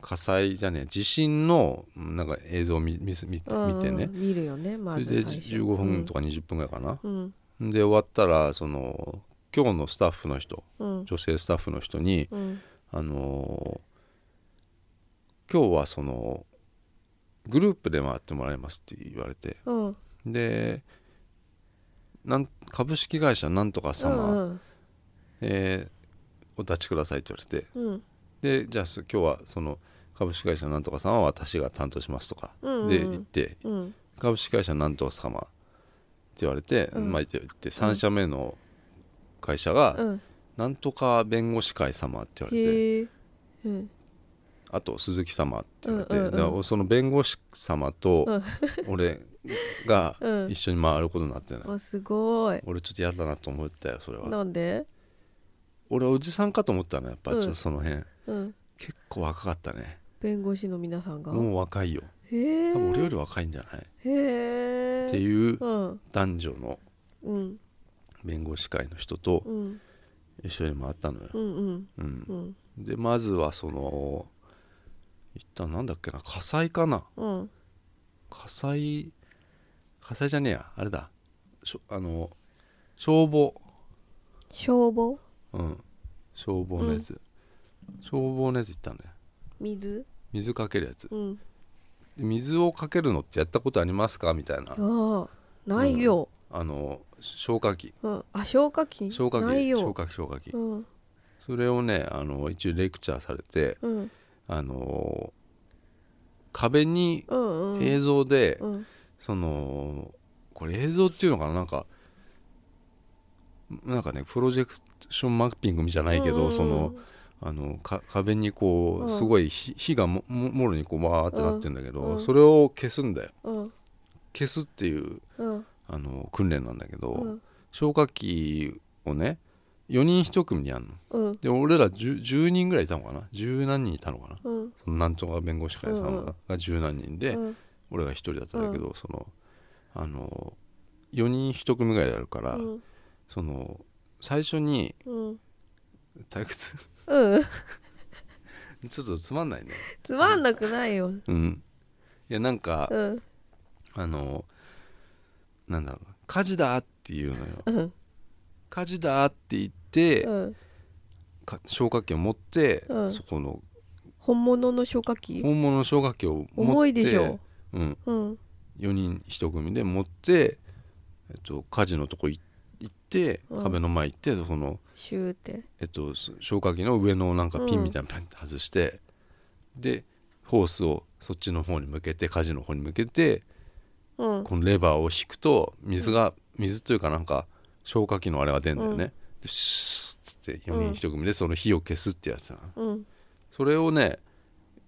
Speaker 1: 火災じゃねえ地震のなんか映像を見見せ見て
Speaker 2: うん
Speaker 1: 見て
Speaker 2: う
Speaker 1: ね
Speaker 2: ん見るよねま
Speaker 1: それ
Speaker 2: ず
Speaker 1: で
Speaker 2: 最初
Speaker 1: 15分とか20分ぐらいかな、
Speaker 2: うん
Speaker 1: で終わったらその今日のスタッフの人
Speaker 2: うん
Speaker 1: 女性スタッフの人に、
Speaker 2: うん
Speaker 1: あのー今日はそのグループで回ってもらいますって言われて
Speaker 2: うん
Speaker 1: でなん株式会社なんとか様、
Speaker 2: うん
Speaker 1: えーお立ちくださいって言われて
Speaker 2: うん
Speaker 1: でじゃあす今日はその株式会社なんとか様は私が担当しますとか、
Speaker 2: うんうん
Speaker 1: で行って
Speaker 2: うん
Speaker 1: 株式会社なんとか様って言われて、
Speaker 2: うん
Speaker 1: まあ、行って行って3社目の会社が、
Speaker 2: うん
Speaker 1: なんとか弁護士会様って言われて。
Speaker 2: へえうん
Speaker 1: あと鈴木様って言われて、
Speaker 2: うんうんうん
Speaker 1: だからその弁護士様
Speaker 2: う
Speaker 1: と
Speaker 2: ん
Speaker 1: 俺が
Speaker 2: うん
Speaker 1: 一緒に回ることになってない、
Speaker 2: あすごい
Speaker 1: 俺ちょっと嫌だなと思ったよそれは
Speaker 2: なんで
Speaker 1: 俺おじさんかと思ったのやっぱちょっ
Speaker 2: う
Speaker 1: と
Speaker 2: ん
Speaker 1: その辺、
Speaker 2: うん
Speaker 1: 結構若かったね
Speaker 2: 弁護士の皆さんが
Speaker 1: もう若いよ
Speaker 2: へえ
Speaker 1: 多分俺より若いんじゃない、
Speaker 2: へえ
Speaker 1: っていう
Speaker 2: うん
Speaker 1: 男女の
Speaker 2: うん
Speaker 1: 弁護士会の人と
Speaker 2: うん
Speaker 1: 一緒に回ったのよ、
Speaker 2: うんうん
Speaker 1: うん
Speaker 2: うん
Speaker 1: でまずはその一旦なんだっけな火災かな
Speaker 2: うん
Speaker 1: 火災火災じゃねえやあれだしょあの消防
Speaker 2: 消防
Speaker 1: うん消防のやつ、消防のやつ行ったんだよ
Speaker 2: 水
Speaker 1: 水かけるやつ
Speaker 2: うん
Speaker 1: で水をかけるのってやったことありますかみたいな
Speaker 2: ああないよ、
Speaker 1: あの消火器
Speaker 2: うんあ消火器
Speaker 1: 消火器
Speaker 2: ないよ
Speaker 1: 消火器消火器
Speaker 2: うん
Speaker 1: それをねあの一応レクチャーされて
Speaker 2: うん
Speaker 1: あの壁に
Speaker 2: うんうん
Speaker 1: 映像で、
Speaker 2: うん
Speaker 1: そのこれ映像っていうのかななんかなんかねプロジェクションマッピングみじゃないけど、
Speaker 2: うんうん
Speaker 1: そのあのか壁にこう
Speaker 2: うん
Speaker 1: すごい火火がもももろにこうわーってなってんだけど、
Speaker 2: うんうん
Speaker 1: それを消すんだよ
Speaker 2: うん
Speaker 1: 消すっていう
Speaker 2: うん
Speaker 1: あの訓練なんだけど、
Speaker 2: うん
Speaker 1: 消火器をね4人1組にやるの
Speaker 2: うん
Speaker 1: で俺ら 10, 10人ぐらいいたのかな10何人いたのかな
Speaker 2: うん
Speaker 1: そのなんとか弁護士会さ
Speaker 2: うんうん
Speaker 1: んが10何人で、
Speaker 2: うん
Speaker 1: 俺が1人だったんだけど、そのあの4人1組ぐらいやるから、
Speaker 2: うん
Speaker 1: その最初に
Speaker 2: うん
Speaker 1: 退屈 <laughs>
Speaker 2: うん
Speaker 1: ちょっとつまんないね
Speaker 2: つまんなくないよ
Speaker 1: うんいやなんか、
Speaker 2: うん
Speaker 1: あのなんだろうな火事だっていうのよ
Speaker 2: うん
Speaker 1: 火事だって言って、
Speaker 2: うん
Speaker 1: か消火器を持って、
Speaker 2: うん
Speaker 1: そこの
Speaker 2: 本物の消火器
Speaker 1: 本物の消火器を持って
Speaker 2: 重いでしょ
Speaker 1: うん、
Speaker 2: うん
Speaker 1: 4人1組で持って、えっと、火事のとこい行って
Speaker 2: うん
Speaker 1: 壁の前行って、その、
Speaker 2: シューって
Speaker 1: えっと、す消火器の上のなんかピンみたいなのパンって外して、でホースをそっちの方に向けて火事の方に向けて
Speaker 2: うん
Speaker 1: このレバーを引くと水が、水というかなんか消火器のあれが出るんだよね、でシュッつって4人1組でその火を消すってやつなの
Speaker 2: うん
Speaker 1: それをね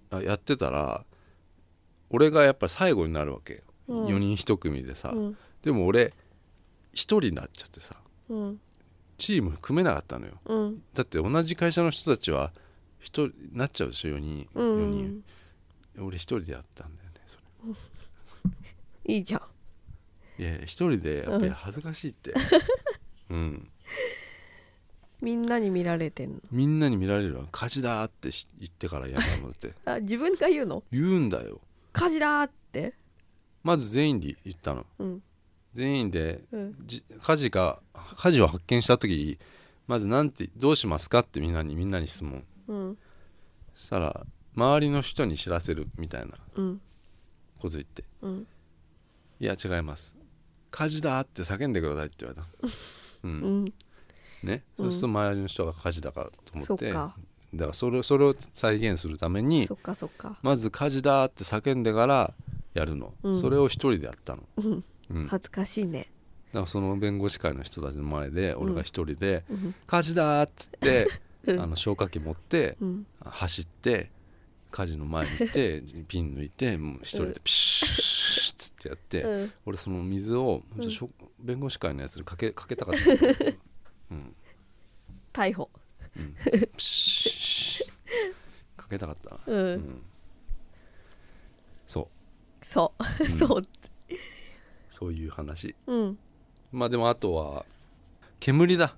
Speaker 1: あやってたら俺がやっぱり最後になるわけよ、
Speaker 2: うん
Speaker 1: 4人1組でさ、
Speaker 2: うん
Speaker 1: でも俺1人になっちゃってさ
Speaker 2: うん
Speaker 1: チーム組めなかったのよ
Speaker 2: うん
Speaker 1: だって同じ会社の人たちは1人になっちゃうでしょ4人、
Speaker 2: う
Speaker 1: 四
Speaker 2: ん
Speaker 1: 人俺1人でやったんだよねそ
Speaker 2: いいじゃん
Speaker 1: れいやいや1人でやっぱり恥ずかしいって、 <laughs> うん
Speaker 2: みんなに見られてんの
Speaker 1: みんなに見られるわ火事だってし言ってからやるのだって
Speaker 2: あ自分が言うの
Speaker 1: 言うんだよ
Speaker 2: 火事だーって
Speaker 1: まず全員で言ったの
Speaker 2: うん
Speaker 1: 全員で
Speaker 2: うん
Speaker 1: じ火事が火事を発見した時まずなんてどうしますかってみんなにみんなに質問
Speaker 2: うん
Speaker 1: したら周りの人に知らせるみたいな
Speaker 2: うん
Speaker 1: こと言って
Speaker 2: うん
Speaker 1: 「いや違います火事だ!」って叫んでくださいって言
Speaker 2: <laughs>
Speaker 1: われたう
Speaker 2: うんん
Speaker 1: ねそ
Speaker 2: うん
Speaker 1: うすると周りの人が火事だからと思
Speaker 2: そ
Speaker 1: っ
Speaker 2: って
Speaker 1: だか
Speaker 2: から
Speaker 1: それそれを再現するために
Speaker 2: そっかそっか
Speaker 1: まず火事だって叫んでからやるの、
Speaker 2: うん
Speaker 1: それを一人でやったの、
Speaker 2: うん
Speaker 1: うん、だか
Speaker 2: 恥ずかしいね
Speaker 1: らその弁護士会の人たちの前で俺が一人で
Speaker 2: うん
Speaker 1: 「火事だ!」っつって
Speaker 2: う
Speaker 1: あ
Speaker 2: <laughs> ん
Speaker 1: の消火器持って
Speaker 2: うん
Speaker 1: 走って火事の前に行ってピン抜いてもう一人でピシュッつってやって、
Speaker 2: うん
Speaker 1: 俺その水を
Speaker 2: ん
Speaker 1: ちょしょ弁護士会のやつにかけかけたかったんだけどうん、
Speaker 2: 逮捕
Speaker 1: うん、ピシュッかけたかったな、
Speaker 2: う
Speaker 1: うんん、そ
Speaker 2: そうう <laughs> そう
Speaker 1: うそういう話
Speaker 2: うん
Speaker 1: まあでもあとは煙だ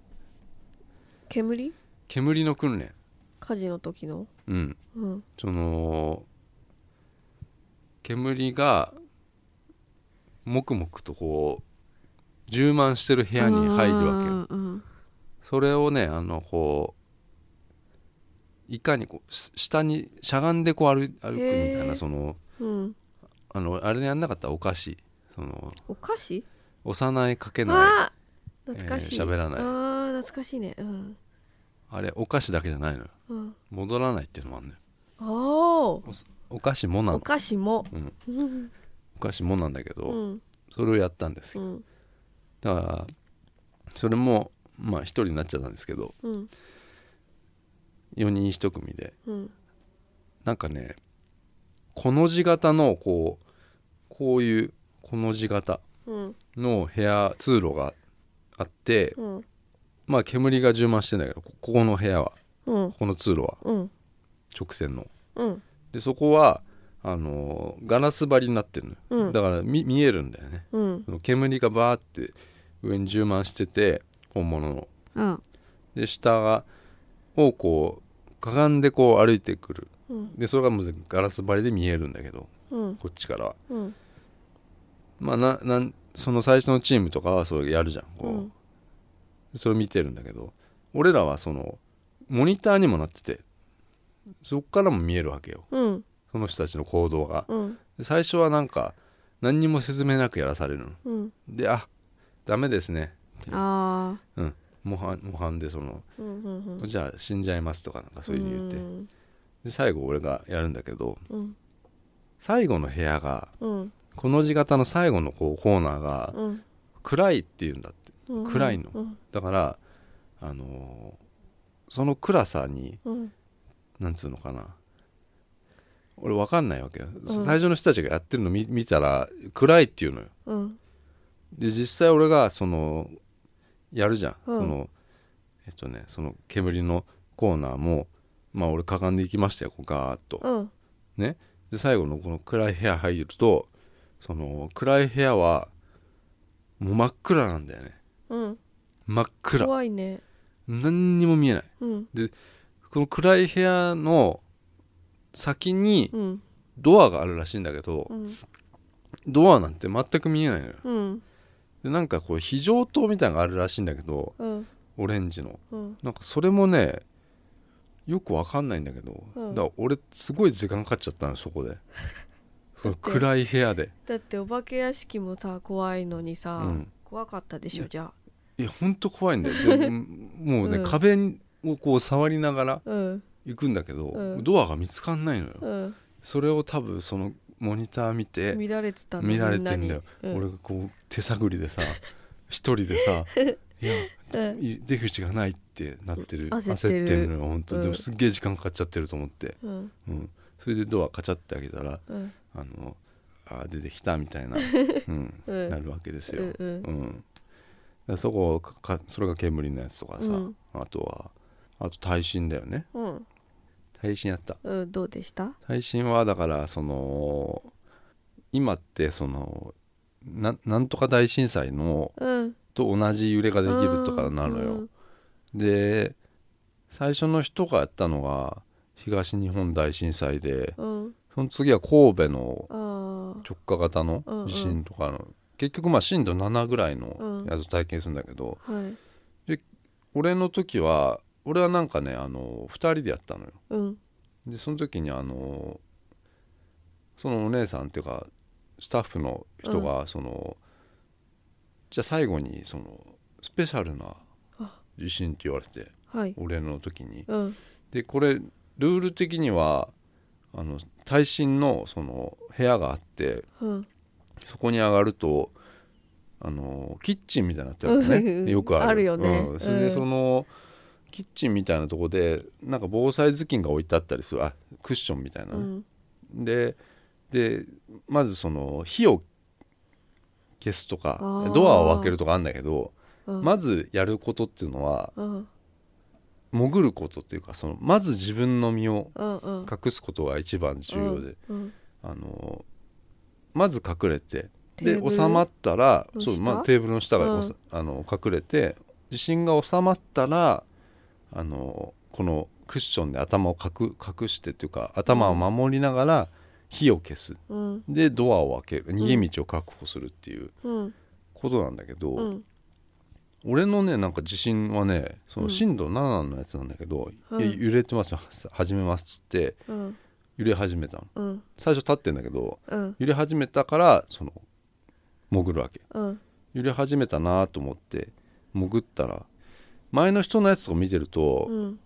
Speaker 2: 煙
Speaker 1: 煙の訓練
Speaker 2: 火事の時の
Speaker 1: うん
Speaker 2: うん
Speaker 1: その煙がもくもくとこう充満してる部
Speaker 2: 部
Speaker 1: 屋に入るわけよ
Speaker 2: うん
Speaker 1: それをねあのこういかにこうし下にしゃがんでこう歩い歩くみたい
Speaker 2: へー
Speaker 1: なその
Speaker 2: うん
Speaker 1: あのあれやんなかったらお菓子その
Speaker 2: お菓子
Speaker 1: 幼いかけない
Speaker 2: あー懐かしい
Speaker 1: えー喋らない
Speaker 2: あー懐かしいねうん
Speaker 1: あれお菓子だけじゃないのよ
Speaker 2: うん
Speaker 1: 戻らないっていうのもあるのよ
Speaker 2: おー
Speaker 1: お菓子もな
Speaker 2: お
Speaker 1: の
Speaker 2: 菓子も
Speaker 1: うん、
Speaker 2: うん
Speaker 1: お菓子もなんだけ
Speaker 2: う
Speaker 1: ど
Speaker 2: ん
Speaker 1: それをやったんです
Speaker 2: う
Speaker 1: よ
Speaker 2: ん
Speaker 1: だからそれもまあ一人になっちゃったんですけど
Speaker 2: うん
Speaker 1: 4人一組で
Speaker 2: うん
Speaker 1: なんかねこの字型のこうこういうこの字型
Speaker 2: うん
Speaker 1: の部屋通路があって
Speaker 2: うん
Speaker 1: まあ煙が充満してんだけどこここの部屋は
Speaker 2: うん
Speaker 1: ここの通路は
Speaker 2: うん
Speaker 1: 直線の
Speaker 2: うん
Speaker 1: でそこはあのーガラス張りになってるのよ、
Speaker 2: うん
Speaker 1: だから見見えるんだよね
Speaker 2: うん
Speaker 1: その煙がバーって上に充満してて本物の
Speaker 2: うん
Speaker 1: で下がをこうかがんでこう歩いてくる
Speaker 2: うん
Speaker 1: でそれがもうガラス張りで見えるんだけど
Speaker 2: うん
Speaker 1: こっちからは
Speaker 2: うん
Speaker 1: まあななんその最初のチームとかはそれやるじゃんこ
Speaker 2: う
Speaker 1: う、
Speaker 2: ん
Speaker 1: それ見てるんだけど俺らはそのモニターにもなっててそっからも見えるわけよ
Speaker 2: うん
Speaker 1: その人たちの行動が
Speaker 2: うん
Speaker 1: で最初はなんか何にも説明なくやらされるの
Speaker 2: うん
Speaker 1: であダメですね
Speaker 2: あ
Speaker 1: 模範模範でその、
Speaker 2: ーうんうんうん
Speaker 1: じゃあ死んじゃいますとかなんかそういうふうに言って、
Speaker 2: うん
Speaker 1: で最後俺がやるんだけど
Speaker 2: うん
Speaker 1: 最後の部屋が
Speaker 2: うん
Speaker 1: この字型の最後のこうコーナーが
Speaker 2: うん
Speaker 1: 暗いっていうんだって
Speaker 2: うん
Speaker 1: 暗いの
Speaker 2: うん
Speaker 1: だからあのーその暗さに
Speaker 2: うん
Speaker 1: なんつうのかな俺わかんないわけよ、最初の人たちがやってるの見見たら暗いっていうのよ
Speaker 2: うん
Speaker 1: で実際俺がそのやるじゃん、
Speaker 2: うん
Speaker 1: そのえっとねその煙のコーナーもまあ俺かがんでいきましたよこうガーッと、
Speaker 2: うん
Speaker 1: ねで最後のこの暗い部屋入るとその暗い部屋はもう真っ暗なんだよね
Speaker 2: うん
Speaker 1: 真っ暗
Speaker 2: 怖いね
Speaker 1: 何にも見えない
Speaker 2: うん
Speaker 1: この暗い部屋の先に
Speaker 2: うん
Speaker 1: ドアがあるらしいんだけど
Speaker 2: うん
Speaker 1: ドアなんて全く見えないのよ
Speaker 2: うん
Speaker 1: でなんかこう非常灯みたいなのがあるらしいんだけど
Speaker 2: うん
Speaker 1: オレンジの
Speaker 2: うん
Speaker 1: なんかそれもねよくわかんないんだけど、
Speaker 2: うん
Speaker 1: だから俺すごい時間かかっちゃったのそ
Speaker 2: <laughs>
Speaker 1: こでその
Speaker 2: だって
Speaker 1: 暗い部屋で
Speaker 2: だってお化け屋敷もさ怖いのにさ、
Speaker 1: うん
Speaker 2: 怖かったでしょじゃあ
Speaker 1: いやほんと怖いんだよ
Speaker 2: <laughs>
Speaker 1: でもうね、
Speaker 2: うん
Speaker 1: 壁をこう触りながら
Speaker 2: うん
Speaker 1: 行くんだけど、
Speaker 2: うん
Speaker 1: ドアが見つかんないのよ、
Speaker 2: うん
Speaker 1: それを多分そのモニター見て
Speaker 2: 見られてたの
Speaker 1: 見られて
Speaker 2: み
Speaker 1: ん
Speaker 2: な
Speaker 1: だ
Speaker 2: に
Speaker 1: よ、俺がこう手探りでさ <laughs> 一人で
Speaker 2: <laughs>
Speaker 1: さ「いや
Speaker 2: うん
Speaker 1: い出口がない」ってなってる
Speaker 2: 焦ってる
Speaker 1: 焦ってるのよ本当、
Speaker 2: うん
Speaker 1: でもすっげえ時間かかっちゃってると思って、
Speaker 2: うん
Speaker 1: うん、それでドアカチャって開けたら
Speaker 2: うん
Speaker 1: あのあー出てきたみたい
Speaker 2: <laughs>
Speaker 1: な、うん
Speaker 2: うん
Speaker 1: なるわけです
Speaker 2: う
Speaker 1: よ
Speaker 2: ん、うん
Speaker 1: うんだからそこかかそれが煙のやつとかさ、
Speaker 2: うん
Speaker 1: あとはあと耐震だよね
Speaker 2: うん
Speaker 1: 耐震やった
Speaker 2: うんどうでした
Speaker 1: 耐震はだからその今ってそのななんとか大震災の
Speaker 2: うん
Speaker 1: と同じ揺れができるとかなのよ、で最初の人がやったのが東日本大震災で
Speaker 2: うんうん
Speaker 1: その次は神戸の
Speaker 2: ああ
Speaker 1: 直下型の
Speaker 2: うんうん
Speaker 1: 地震とかの、結局まあ震度7ぐらいの
Speaker 2: うん
Speaker 1: やつ体験するんだけど、
Speaker 2: はい
Speaker 1: 俺の時は俺はなんかねあの2人でやったのよ
Speaker 2: うん
Speaker 1: でその時にあのそのお姉さんっていうかスタッフの人がその、じゃあ最後にそのスペシャルな
Speaker 2: あ
Speaker 1: 地震って言われて
Speaker 2: はい
Speaker 1: 俺の時に
Speaker 2: うん
Speaker 1: でこれルール的にはあの耐震のその部屋があって
Speaker 2: うん
Speaker 1: そこに上がるとあのキッチンみたいになってるわけ
Speaker 2: うん
Speaker 1: ねよくある
Speaker 2: あるよね
Speaker 1: うんそれ
Speaker 2: う
Speaker 1: で
Speaker 2: ん
Speaker 1: その、キッチンみたいなとこでなんか防災頭巾が置いてあったりするあクッションみたいな
Speaker 2: う
Speaker 1: ね、
Speaker 2: ん
Speaker 1: ででまずその火を消すとか
Speaker 2: あー
Speaker 1: ドアを開けるとかあるんだけど
Speaker 2: うん
Speaker 1: まずやることっていうのは
Speaker 2: うん
Speaker 1: 潜ることっていうかそのまず自分の身を
Speaker 2: うんうん
Speaker 1: 隠すことが一番重要で、
Speaker 2: うん
Speaker 1: あのまず隠れて
Speaker 2: テー
Speaker 1: で
Speaker 2: ブル
Speaker 1: 収まったら
Speaker 2: の
Speaker 1: そう、
Speaker 2: 下
Speaker 1: まあ、テーブルの下が、
Speaker 2: うん
Speaker 1: 収あの隠れて地震が収まったらあのこのクッションで頭を隠隠してっていうか頭を守りながら火を消す
Speaker 2: うん
Speaker 1: でドアを開ける逃げ道を確保するっていう
Speaker 2: うん
Speaker 1: ことなんだけど、
Speaker 2: うん
Speaker 1: 俺のねなんか地震はねそ
Speaker 2: うん
Speaker 1: の震度7のやつなんだけど、
Speaker 2: うん
Speaker 1: いや揺れてますよ始めますっつって
Speaker 2: うん
Speaker 1: 揺れ始めたの
Speaker 2: うん
Speaker 1: 最初立ってんだけど
Speaker 2: うん
Speaker 1: 揺れ始めたからその潜るわけ
Speaker 2: うん
Speaker 1: 揺れ始めたなと思って潜ったら前の人のやつを見てると
Speaker 2: う、ん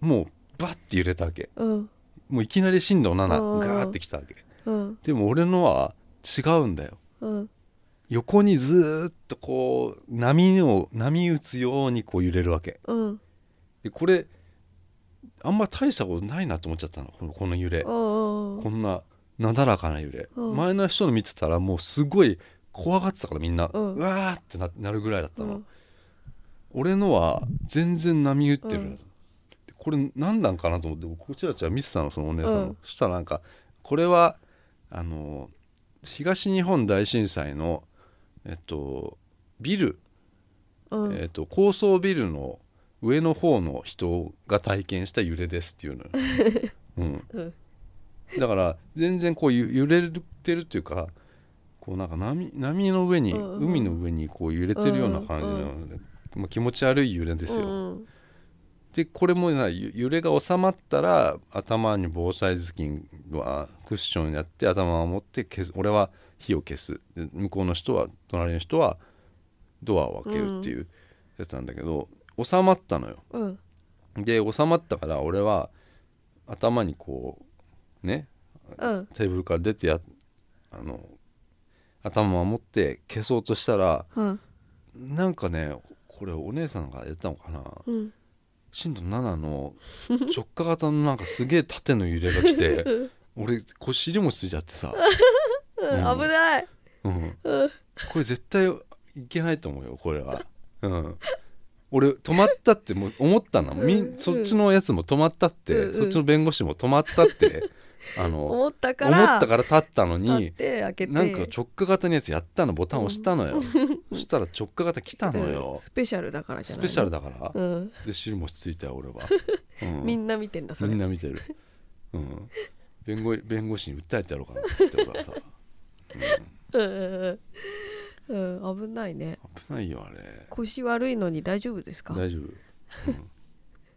Speaker 1: もうバッて揺れたわけ
Speaker 2: うん
Speaker 1: もういきなり震度7
Speaker 2: うん
Speaker 1: ガーってきたわけ
Speaker 2: うん
Speaker 1: でも俺のは違うんだよ
Speaker 2: うん
Speaker 1: 横にずーっとこう波を波打つようにこう揺れるわけ
Speaker 2: うん
Speaker 1: でこれあんま大したことないなと思っちゃったのこのこの揺れ
Speaker 2: おー
Speaker 1: こんななだらかな揺れ、
Speaker 2: うん
Speaker 1: 前の人の見てたらもうすごい怖がってたからみんな、う
Speaker 2: うん
Speaker 1: わーってななるぐらいだった
Speaker 2: う
Speaker 1: の、
Speaker 2: ん
Speaker 1: 俺のは全然波打ってる、
Speaker 2: うん
Speaker 1: でこれ何なんかなと思ってこちらちゃん見てたのそのお姉さんの、
Speaker 2: うん
Speaker 1: そしたらなんかこれはあの東日本大震災のえっとビル、
Speaker 2: うん
Speaker 1: えっと、高層ビルの上の方の人が体験した揺れですっていう
Speaker 2: <laughs>
Speaker 1: のよ、うん
Speaker 2: うん
Speaker 1: だから全然こうゆ揺れてるっていうかここうなんか波波の上に、
Speaker 2: うんうん
Speaker 1: 海の上にこう揺れてるような感じなので、まあ、気持ち悪い揺れですよ、
Speaker 2: うんうん
Speaker 1: でこれもなゆ揺れが収まったら頭に防災頭巾はクッションやって頭を持って消す俺は火を消すで向こうの人は隣の人はドアを開けるっていうやつなんだけど、収まったのよ
Speaker 2: うん
Speaker 1: で収まったから俺は頭にこうね
Speaker 2: うん
Speaker 1: テーブルから出てやあの頭を持って消そうとしたら
Speaker 2: うん
Speaker 1: なんかねこれお姉さんがやったのかな
Speaker 2: うん
Speaker 1: 震度7の直下型のなんかすげえ縦の揺れが来
Speaker 2: <laughs>
Speaker 1: て俺腰尻もついちゃってさ、うん
Speaker 2: 危ない
Speaker 1: うん、
Speaker 2: うん
Speaker 1: これ絶対いけないと思うよこれは、うん、俺止まったってもう思ったの、み
Speaker 2: うん
Speaker 1: そっちのやつも止まったって、
Speaker 2: うんうん
Speaker 1: そっちの弁護士も止まったって、あの
Speaker 2: 思ったか
Speaker 1: 思っ
Speaker 2: ら
Speaker 1: たから立ったの
Speaker 2: 立
Speaker 1: に
Speaker 2: って開けて
Speaker 1: なんか直下型のやつやったのボタン押したのよ、 <laughs> そしたら直下型来たの
Speaker 2: うん
Speaker 1: よ、
Speaker 2: スペシャルだからじゃ
Speaker 1: ス
Speaker 2: ない
Speaker 1: ペシャルだから、
Speaker 2: うん
Speaker 1: で尻もついたよ
Speaker 2: <laughs>
Speaker 1: 俺は、うん
Speaker 2: みんな見てんだそれ
Speaker 1: みんな見てる、うん、弁護弁護士に訴えてやろうかなって俺はさ、 <laughs> う
Speaker 2: うんうんうんうん危ないね
Speaker 1: ん、危ないよあれ
Speaker 2: 腰悪いのに大丈夫ですか
Speaker 1: 大丈夫、うん、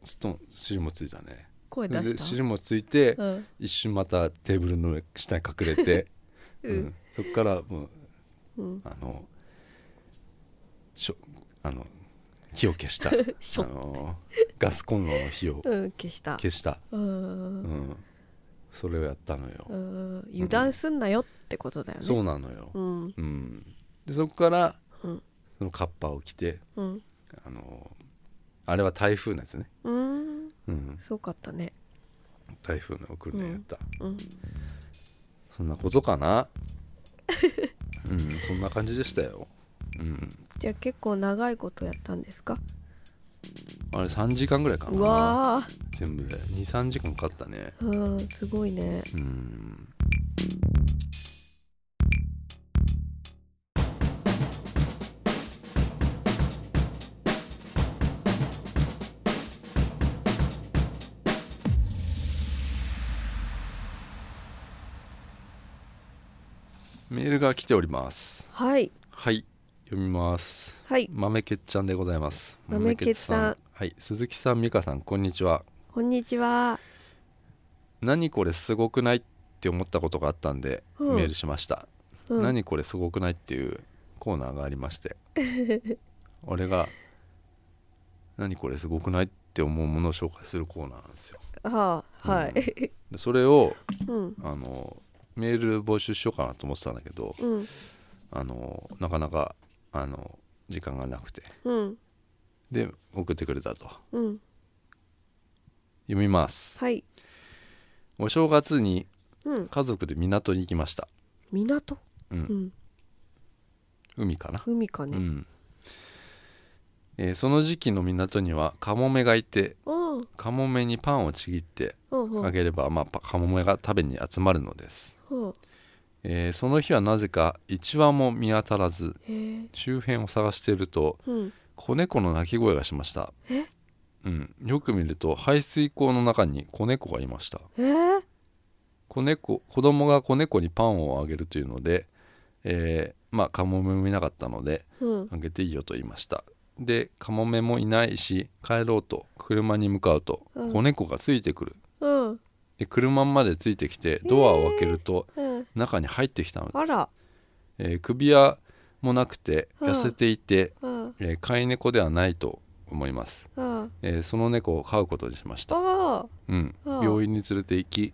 Speaker 1: ストン尻もついたね
Speaker 2: 声出
Speaker 1: で
Speaker 2: した
Speaker 1: 尻もついて、
Speaker 2: うん
Speaker 1: 一瞬またテーブルの上下に隠れて、
Speaker 2: <laughs> うん
Speaker 1: そこからもう
Speaker 2: うん
Speaker 1: あのしょあの火を消したあ
Speaker 2: しょ
Speaker 1: のガスコンロの火を
Speaker 2: うん消した
Speaker 1: 消した、
Speaker 2: うん
Speaker 1: う
Speaker 2: うん
Speaker 1: ん、それをやったのよ、
Speaker 2: うん油断すんなよってことだよね
Speaker 1: そうなのよ、
Speaker 2: うん
Speaker 1: うん、でそこから
Speaker 2: うん
Speaker 1: そのカッパを着て
Speaker 2: うん
Speaker 1: あのあれは台風のやつね、
Speaker 2: うん
Speaker 1: うん、
Speaker 2: そうかったね
Speaker 1: 台風の訓練やった、
Speaker 2: うん
Speaker 1: そんなことかなうんそんな感じでしたよ、うん、
Speaker 2: じゃあ結構長いことやったんですか
Speaker 1: あれ3時間ぐらいか
Speaker 2: う
Speaker 1: な
Speaker 2: わ
Speaker 1: 全部で23時間かかったね
Speaker 2: ーうんすごいね
Speaker 1: うんメールが来ております
Speaker 2: はい
Speaker 1: はい読みます
Speaker 2: はい
Speaker 1: 豆けっちゃんでございます
Speaker 2: 豆けっさん
Speaker 1: 豆けっはい鈴木さん美香さんこんにちは
Speaker 2: こんにちは
Speaker 1: 何これすごくないって思ったことがあったんで、
Speaker 2: うん
Speaker 1: メールしました、
Speaker 2: うん
Speaker 1: 何これすごくないっていうコーナーがありまして
Speaker 2: <laughs>
Speaker 1: 俺が何これすごくないって思うものを紹介するコーナーなんですよ
Speaker 2: ああはい
Speaker 1: でそれを
Speaker 2: うん
Speaker 1: あのメール募集しようかなと思ってたんだけど
Speaker 2: うん
Speaker 1: あのなかなかあの時間がなくて
Speaker 2: うん
Speaker 1: で送ってくれたと
Speaker 2: うん
Speaker 1: 読みます
Speaker 2: はい
Speaker 1: お正月に
Speaker 2: うん
Speaker 1: 家族で港に行きました、
Speaker 2: 港
Speaker 1: うん
Speaker 2: うん
Speaker 1: 海かな
Speaker 2: 海か
Speaker 1: う
Speaker 2: ね
Speaker 1: ん、えーその時期の港にはカモメがいて
Speaker 2: うんうん
Speaker 1: カモメにパンをちぎって
Speaker 2: うんう
Speaker 1: あ
Speaker 2: ん
Speaker 1: げれば、まあ、パカモメが食べに集まるのです、
Speaker 2: うん
Speaker 1: えーその日はなぜか1羽も見当たらず
Speaker 2: へえ
Speaker 1: 周辺を探していると
Speaker 2: うん
Speaker 1: 子猫の鳴き声がしました
Speaker 2: え
Speaker 1: うん、よく見ると排水溝の中に子猫がいました
Speaker 2: えー
Speaker 1: 子猫子供が子猫にパンをあげるというので、えーまあカモメもいなかったので
Speaker 2: うん
Speaker 1: あげていいよと言いましたでカモメもいないし帰ろうと車に向かうと、
Speaker 2: うん
Speaker 1: 子猫がついてくる
Speaker 2: うん
Speaker 1: で車までついてきてドアを開けると
Speaker 2: うん
Speaker 1: 中に入ってきたので、
Speaker 2: あら
Speaker 1: えー首輪もなくて
Speaker 2: うん
Speaker 1: 痩せていて、
Speaker 2: うん
Speaker 1: えー飼い猫ではないと思います、
Speaker 2: うん
Speaker 1: えーその猫を飼うことにしました、
Speaker 2: あ
Speaker 1: うん、
Speaker 2: うん
Speaker 1: 病院に連れて行き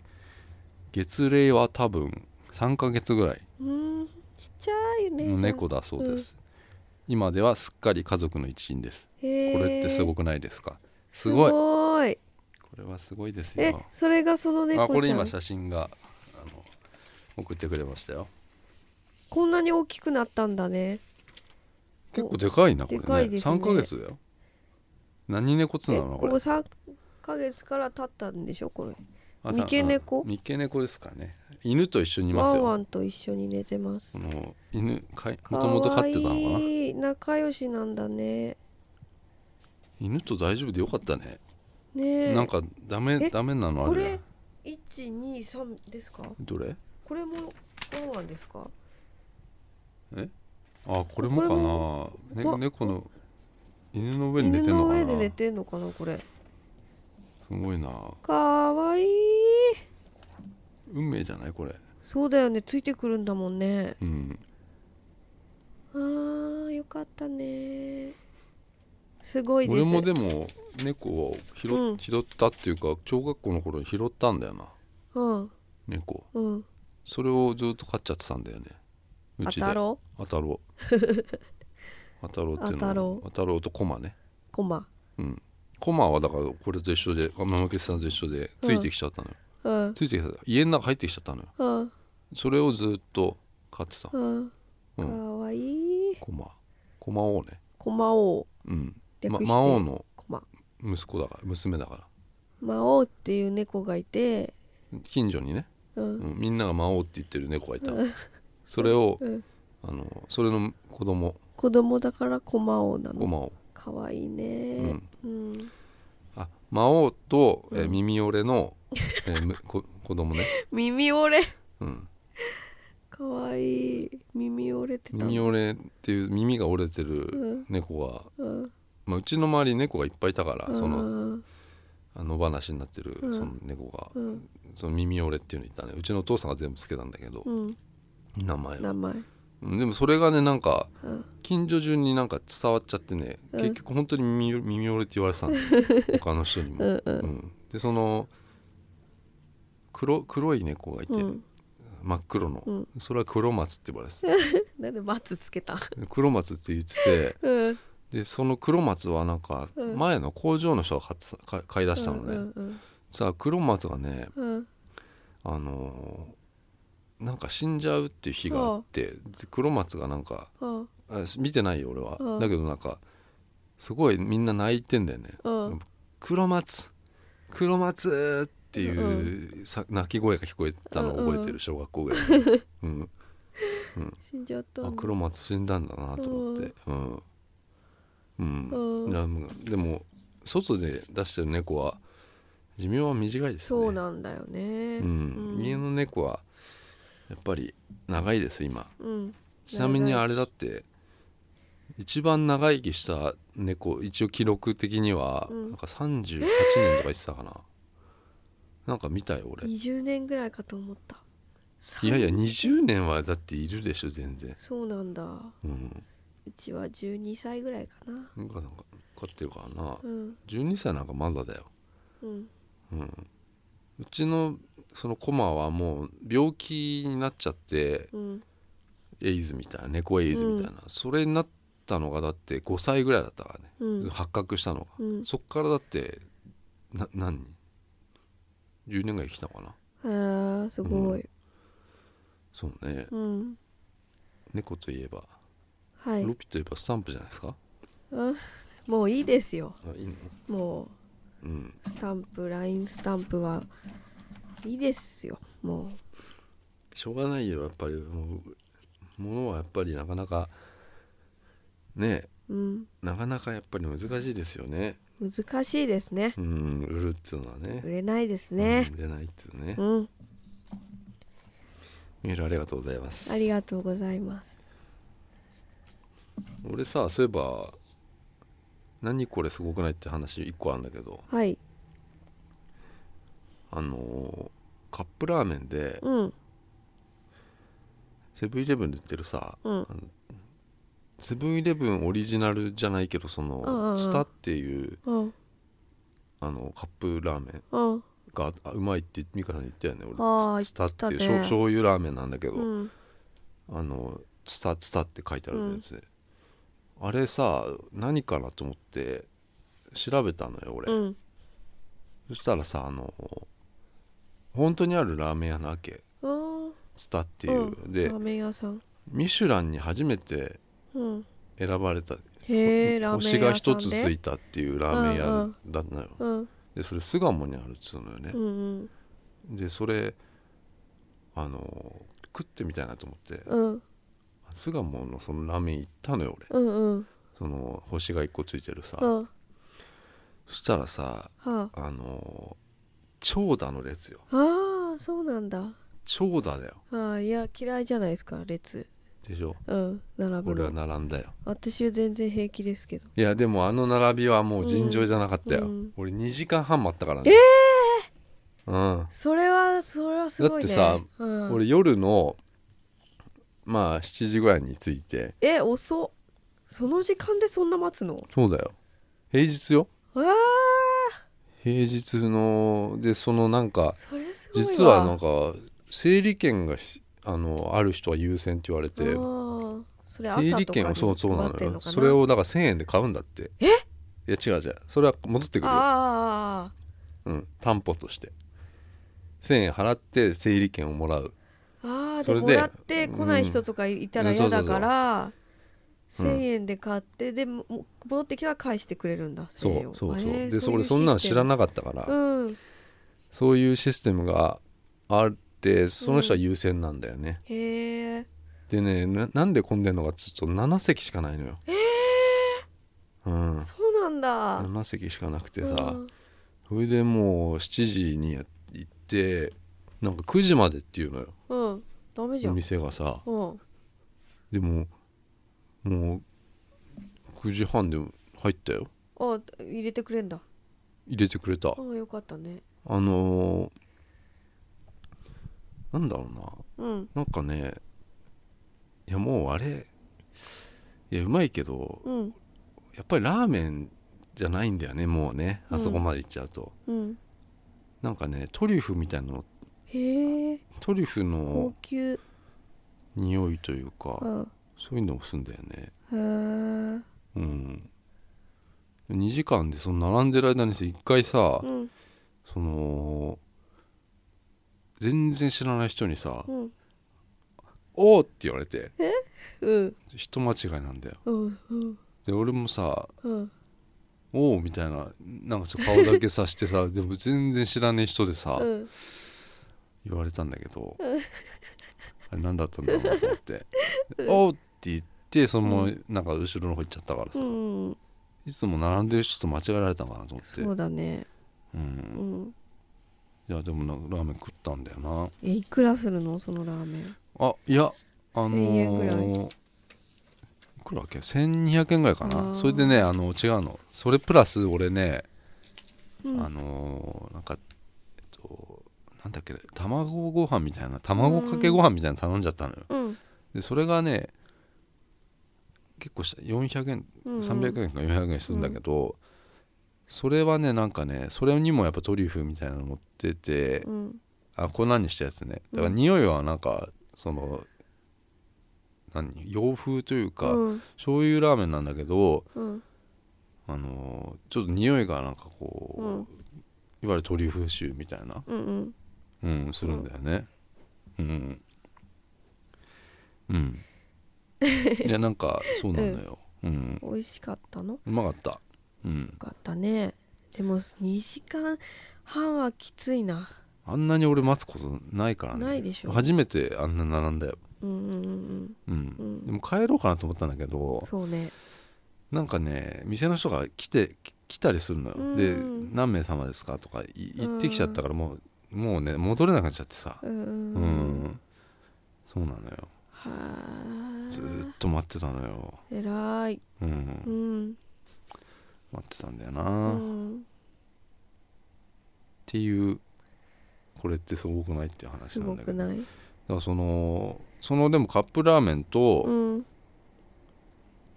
Speaker 1: 月齢は多分3ヶ月ぐらい
Speaker 2: ーうんちっちゃいよね
Speaker 1: の猫だそうです、今ではすっかり家族の一員です
Speaker 2: こ
Speaker 1: これってすご
Speaker 2: く
Speaker 1: くないですかすごいこ
Speaker 2: ごい
Speaker 1: れはすごいです
Speaker 2: え
Speaker 1: よ
Speaker 2: それがその猫ちゃ
Speaker 1: あ
Speaker 2: ん
Speaker 1: これ今写真があの送ってくれましたよ
Speaker 2: こんなに大きくなったんだね
Speaker 1: 結構でかいなこれ
Speaker 2: でか
Speaker 1: ね
Speaker 2: いですね
Speaker 1: 3ヶ月だよ何猫つな
Speaker 2: え
Speaker 1: の
Speaker 2: こ
Speaker 1: これ
Speaker 2: こ3ヶ月から経ったんでしょこれ
Speaker 1: あさ
Speaker 2: 三毛猫
Speaker 1: あ三毛猫ですかね犬と一緒にいま
Speaker 2: ワ
Speaker 1: す
Speaker 2: ンワ
Speaker 1: よ
Speaker 2: ンと一緒に寝てます
Speaker 1: この犬かい
Speaker 2: か
Speaker 1: もともと飼っ
Speaker 2: わ
Speaker 1: てたのかない
Speaker 2: い仲良しなんだね
Speaker 1: 犬と大丈夫でよかったね
Speaker 2: ねえ
Speaker 1: なんかダメ
Speaker 2: え
Speaker 1: ダメなのあ
Speaker 2: こ
Speaker 1: る
Speaker 2: れ
Speaker 1: ね
Speaker 2: 123ですか
Speaker 1: どれ
Speaker 2: これもワンワンですか
Speaker 1: あこれもかな
Speaker 2: これも
Speaker 1: ね、猫の犬の上に寝
Speaker 2: 犬
Speaker 1: てんの
Speaker 2: の
Speaker 1: かな
Speaker 2: 上で寝てんのかなこれ
Speaker 1: すごいな
Speaker 2: かわいい
Speaker 1: 運命じゃないこれ
Speaker 2: そうだよねついてくるんだもんね
Speaker 1: うん
Speaker 2: あーよかったねすごいです
Speaker 1: 俺もでも猫を拾,、
Speaker 2: うん
Speaker 1: 拾ったっていうか小学校の頃に拾ったんだよな
Speaker 2: うん
Speaker 1: 猫
Speaker 2: うん
Speaker 1: それをずっと飼っちゃってたんだよねう
Speaker 2: あ
Speaker 1: ちで
Speaker 2: たろ
Speaker 1: あた
Speaker 2: <laughs>
Speaker 1: ろうあたろうっていうのは
Speaker 2: あたろう
Speaker 1: あたろうとコマね
Speaker 2: うコマ
Speaker 1: うんコマはだからこれと一緒でママケさんと一緒で
Speaker 2: うん
Speaker 1: ついてきちゃったのよ、
Speaker 2: うん
Speaker 1: ついてきちゃった家の中入ってきちゃったのよ
Speaker 2: うん
Speaker 1: それをずっと飼ってた、
Speaker 2: うん
Speaker 1: う
Speaker 2: か
Speaker 1: ん、
Speaker 2: わいい
Speaker 1: コマコマ王ね
Speaker 2: コマ王
Speaker 1: うん、ま、
Speaker 2: 略して
Speaker 1: 魔王の
Speaker 2: コマ
Speaker 1: 息子だから娘だか
Speaker 2: 魔王っていう猫がいて
Speaker 1: ら近所にね、
Speaker 2: う
Speaker 1: うんん、みんなが魔王って言ってる猫がいたのそれを
Speaker 2: うん
Speaker 1: あのそれの子供
Speaker 2: 子供だからコマ王な
Speaker 1: を
Speaker 2: の
Speaker 1: 魔王
Speaker 2: かわいい
Speaker 1: うん
Speaker 2: ねうん
Speaker 1: あ魔王と、えー
Speaker 2: うん
Speaker 1: 耳折れの、え
Speaker 2: <laughs>
Speaker 1: ーむこ子供ね、
Speaker 2: 耳折れ
Speaker 1: うん、
Speaker 2: かわいい耳折れてた
Speaker 1: 耳折れっていう耳が折れて
Speaker 2: う
Speaker 1: る
Speaker 2: ん
Speaker 1: 猫が、
Speaker 2: うん
Speaker 1: まあ、うちの周り野猫がいっぱいいたから、その
Speaker 2: うん
Speaker 1: あの野放しになってる
Speaker 2: うん
Speaker 1: その猫が、
Speaker 2: うん
Speaker 1: その耳折れっていうのいたねうちのお父さんが全部つけたんだけど、
Speaker 2: うん
Speaker 1: 名前を
Speaker 2: 名前
Speaker 1: うんでもそれがねなんか
Speaker 2: うん
Speaker 1: 近所中になんか伝わっちゃってね、
Speaker 2: うん
Speaker 1: 結局本当に耳耳折れって言われてたんだよ
Speaker 2: <laughs>
Speaker 1: 他の人にも。
Speaker 2: うんう
Speaker 1: うんんでその黒黒い猫がいて、
Speaker 2: うん
Speaker 1: 真っ黒の、
Speaker 2: うん
Speaker 1: それは黒松って呼ばれてた
Speaker 2: なんで松
Speaker 1: <laughs>
Speaker 2: つけた
Speaker 1: 黒松って言って
Speaker 2: うん
Speaker 1: てでその黒松はなんか
Speaker 2: うん
Speaker 1: 前の工場の人が買ってたか買い出したのね、
Speaker 2: うんうん
Speaker 1: じゃあ黒松がね
Speaker 2: うんうん
Speaker 1: あのーなんか死んじゃうっていう日があってで黒松がなんか
Speaker 2: うん
Speaker 1: あ見てないよ俺は、
Speaker 2: うん
Speaker 1: だけどなんかすごいみんな泣いてんだよね
Speaker 2: うん
Speaker 1: 黒松黒松っていうさ泣き声が聞こえたのを覚えて
Speaker 2: うんう
Speaker 1: る小学校ぐら
Speaker 2: <laughs>
Speaker 1: いのうん、
Speaker 2: 死んじゃったんだ
Speaker 1: あ黒松死んだんだなと思ってうん、うん
Speaker 2: うん
Speaker 1: いやもうでも外で出してる猫は寿命は短いですね
Speaker 2: そうなんだよね
Speaker 1: うん
Speaker 2: うん
Speaker 1: 家の猫はやっぱり長いです今
Speaker 2: うん
Speaker 1: ちなみにあれだって一番長生きした猫一応記録的には
Speaker 2: うん
Speaker 1: なんか38年とか言ってたかな、なんか見たよ俺い
Speaker 2: 20年ぐらいかと思った
Speaker 1: やいや20年はだっているでしょ全然
Speaker 2: そうなんだ
Speaker 1: うん
Speaker 2: うちは12歳ぐらいかな
Speaker 1: なんかなんか飼ってるからな
Speaker 2: うん
Speaker 1: 12歳なんかまだだよ
Speaker 2: うん
Speaker 1: うんうちのそのコマはもう病気になっちゃって
Speaker 2: うん
Speaker 1: エイズみたいな猫エイズみたいな、それになったのがだって5歳ぐらいだったからね、
Speaker 2: うん
Speaker 1: 発覚したのが、
Speaker 2: うん
Speaker 1: そっからだってな何人 ?10 年ぐらい生きたのかな
Speaker 2: あーすごい
Speaker 1: そうね
Speaker 2: うん
Speaker 1: 猫といえば
Speaker 2: はい
Speaker 1: ロピといえばスタンプじゃないですか
Speaker 2: うんもういいですよ
Speaker 1: あいいの
Speaker 2: も
Speaker 1: うん
Speaker 2: うスタンプ LINE スタンプはいいですよもう
Speaker 1: しょうがないよやっぱりもう物はやっぱりなかなかね
Speaker 2: うん、
Speaker 1: なかなかやっぱり難しいですよね
Speaker 2: 難しいですね。
Speaker 1: うん売るっていうのはね
Speaker 2: 売れないですね
Speaker 1: う。ん売れないっていうね
Speaker 2: うん、
Speaker 1: メールありがとうございます
Speaker 2: ありがとうございます。
Speaker 1: 俺さそういえば何これすごくないって話一個あるんだけど
Speaker 2: はい、
Speaker 1: あのーカップラーメンで
Speaker 2: うん、
Speaker 1: セブンイレブンで売ってるさ
Speaker 2: うん、
Speaker 1: セブンイレブンオリジナルじゃないけどそ
Speaker 2: うんうんう
Speaker 1: の
Speaker 2: ん
Speaker 1: スタっていう
Speaker 2: うん、
Speaker 1: あのカップラーメン
Speaker 2: うん、
Speaker 1: があうまいって美香さんに言ったよね
Speaker 2: あ
Speaker 1: 俺
Speaker 2: ー
Speaker 1: ツタっていう
Speaker 2: 言った
Speaker 1: しょ
Speaker 2: ね
Speaker 1: 醤油ラーメンなんだけど、
Speaker 2: うん、
Speaker 1: あのツタツタって書いてあるやつで、あれさ何かなと思って調べたのよ俺、
Speaker 2: うん、
Speaker 1: そしたらさあの本当にあるラーメン屋なわけ
Speaker 2: うん、
Speaker 1: ツタっていう、で
Speaker 2: ラーメン屋さん。
Speaker 1: ミシュランに初めて
Speaker 2: うん、
Speaker 1: 選ばれた
Speaker 2: へえ、ラーメ
Speaker 1: 星
Speaker 2: ン屋
Speaker 1: が
Speaker 2: さ
Speaker 1: 一
Speaker 2: ん
Speaker 1: つつ
Speaker 2: で。
Speaker 1: いたっていうラーメン屋だったのよ、
Speaker 2: うん、
Speaker 1: でそれ巣鴨にあるっつうのよね
Speaker 2: う、ん、
Speaker 1: でそれあの食ってみたいなと思って
Speaker 2: うん、
Speaker 1: 巣鴨のそのラーメン行ったのよ俺
Speaker 2: うん、うん、
Speaker 1: その星が一個ついてるさ、
Speaker 2: うん、
Speaker 1: そしたらさ
Speaker 2: はあ、
Speaker 1: あの長蛇の列よ
Speaker 2: ああ、そうなんだ。
Speaker 1: 長蛇だよ
Speaker 2: ああ、いや、嫌いじゃないですか、列。
Speaker 1: でしょ
Speaker 2: うん並ぶ
Speaker 1: 俺
Speaker 2: の
Speaker 1: は並んだよ
Speaker 2: 私は全然平気ですけど
Speaker 1: いやでもあの並びはもう尋常じゃなかったよ、
Speaker 2: うん
Speaker 1: 俺2時間半待ったからねえうん
Speaker 2: それはそれはすごい
Speaker 1: だ
Speaker 2: ね
Speaker 1: ってさ
Speaker 2: うん、
Speaker 1: 俺夜のまあ7時ぐらいに着いて
Speaker 2: え遅っその時間でそんな待つの
Speaker 1: そうだよ平日よ
Speaker 2: あー
Speaker 1: 平日のでそのなんか
Speaker 2: それすごいわ
Speaker 1: 実はなんか整理券がひあのある人は優先って言われ
Speaker 2: あ
Speaker 1: て
Speaker 2: ーそれ
Speaker 1: 整
Speaker 2: 朝
Speaker 1: 理
Speaker 2: とかに
Speaker 1: 券をそうそうな
Speaker 2: 配っ
Speaker 1: の
Speaker 2: てん
Speaker 1: よ
Speaker 2: のかな
Speaker 1: それをだから1000円で買うんだって
Speaker 2: え
Speaker 1: いや違う違うそれは戻ってくるよ
Speaker 2: あ
Speaker 1: うん、担保として1000円払って整理券をもらう
Speaker 2: ーあー
Speaker 1: そ
Speaker 2: で
Speaker 1: れで
Speaker 2: もらって来ない人とかいたら
Speaker 1: うんそ
Speaker 2: 嫌
Speaker 1: うそう
Speaker 2: だ
Speaker 1: そう
Speaker 2: から
Speaker 1: うん
Speaker 2: 1,000円で買ってでもも戻ってきたら返してくれるんだ
Speaker 1: そ
Speaker 2: 1000円
Speaker 1: う
Speaker 2: を
Speaker 1: そう
Speaker 2: あ
Speaker 1: そ
Speaker 2: れ
Speaker 1: うで
Speaker 2: ーそう
Speaker 1: それそんなの知らな
Speaker 2: な
Speaker 1: かったから、
Speaker 2: うん
Speaker 1: そういうシステムがあってその人は優先なんだよね、
Speaker 2: へえ
Speaker 1: でねななんで混んでんのかちょっと7席しかないのようん
Speaker 2: そうなんだ
Speaker 1: 7席しかなくて
Speaker 2: う
Speaker 1: さ、
Speaker 2: ん
Speaker 1: それでもう7時にや行ってなんか9時までっていうのよ
Speaker 2: うんダメじゃ
Speaker 1: お
Speaker 2: ん
Speaker 1: 店がさ
Speaker 2: うん
Speaker 1: でももう9時半で入ったよ
Speaker 2: あ入れてくれんだ
Speaker 1: 入れてくれた
Speaker 2: あよかったね
Speaker 1: あのーなんだろうな
Speaker 2: うん
Speaker 1: なんかねいやもうあれいやうまいけど
Speaker 2: うん
Speaker 1: やっぱりラーメンじゃないんだよねもうねあそこまで行っちゃうと、
Speaker 2: うん
Speaker 1: なんかねトリュフみたいなの
Speaker 2: へえ
Speaker 1: トリュフ
Speaker 2: 高
Speaker 1: の
Speaker 2: 級
Speaker 1: 匂いというか、
Speaker 2: うん
Speaker 1: そういうのをするんだよね
Speaker 2: へえ
Speaker 1: うん2時間でその並んでる間にさ一回さ、
Speaker 2: うん
Speaker 1: その全然知らない人にさ
Speaker 2: うん
Speaker 1: 「おーって言われて
Speaker 2: うん
Speaker 1: 人間違いなんだよ
Speaker 2: うんうん
Speaker 1: で俺もさ
Speaker 2: うん
Speaker 1: 「おお」みたいななんかちょっと顔だけさしてさでも全然知らねえ人でさ、
Speaker 2: うん
Speaker 1: 言われたんだけど、あれ何だったんだろうなと思って「おーって言ってそのままなんか後ろの方行っちゃったからさ、
Speaker 2: うん
Speaker 1: いつも並んでる人と間違えられたのかなと思って
Speaker 2: そうだね
Speaker 1: うん、
Speaker 2: うん
Speaker 1: いやでもなんかラーメン食ったんだよな
Speaker 2: えいくらするのそのラーメン
Speaker 1: あいやあの
Speaker 2: 1000円ぐら
Speaker 1: ー、いくらだっけ1200円ぐらいか
Speaker 2: あー
Speaker 1: なそれでねあの違うのそれプラス俺ね、
Speaker 2: うん
Speaker 1: あのーなんかえっとなんだっけ卵ご飯みたいな卵かけご飯みたいなの頼んじゃったのよ、
Speaker 2: うん
Speaker 1: でそれがね結構した400円
Speaker 2: うん
Speaker 1: 300円か400円するんだけど、それはねなんかねそれにもやっぱトリュフみたいなの持ってて、
Speaker 2: うん
Speaker 1: あ粉にしたやつねだから
Speaker 2: うん
Speaker 1: 匂いはなんかその何洋風というか、
Speaker 2: うん
Speaker 1: 醤油ラーメンなんだけど
Speaker 2: うん
Speaker 1: あのーちょっと匂いがなんかこう、
Speaker 2: うん
Speaker 1: いわゆるトリュフ臭みたいな
Speaker 2: うんうん
Speaker 1: うんするんだよねうんうん、い
Speaker 2: <laughs>
Speaker 1: やなんかそうなのよ、うん
Speaker 2: 美味しかったのよ
Speaker 1: うまかったうん
Speaker 2: かったねでも2時間半はきついな
Speaker 1: あんなに俺待つことないからね
Speaker 2: ないでしょ
Speaker 1: 初めてあんな並んだよ
Speaker 2: うんうんうん
Speaker 1: うん、
Speaker 2: ん
Speaker 1: でも帰ろうかなと思ったんだけ
Speaker 2: うん
Speaker 1: ど
Speaker 2: そうね
Speaker 1: なんかね店の人が来てき来たりするのよ、
Speaker 2: うん
Speaker 1: で「何名様ですか?」とかい言ってきちゃったからもう,、もうね戻れなくなっちゃってさ
Speaker 2: うん
Speaker 1: う、
Speaker 2: うんんうん
Speaker 1: そうなのよ
Speaker 2: は
Speaker 1: ずー
Speaker 2: あ
Speaker 1: っと待ってたのよ、
Speaker 2: えらい
Speaker 1: うん
Speaker 2: うん
Speaker 1: 待ってたんだよ
Speaker 2: う
Speaker 1: な、っ
Speaker 2: ん
Speaker 1: ていうこれってすごくないっていう話
Speaker 2: す
Speaker 1: な
Speaker 2: ご
Speaker 1: んだけ
Speaker 2: く
Speaker 1: どだ
Speaker 2: ない
Speaker 1: からそのそのでもカップラーメンと、
Speaker 2: うん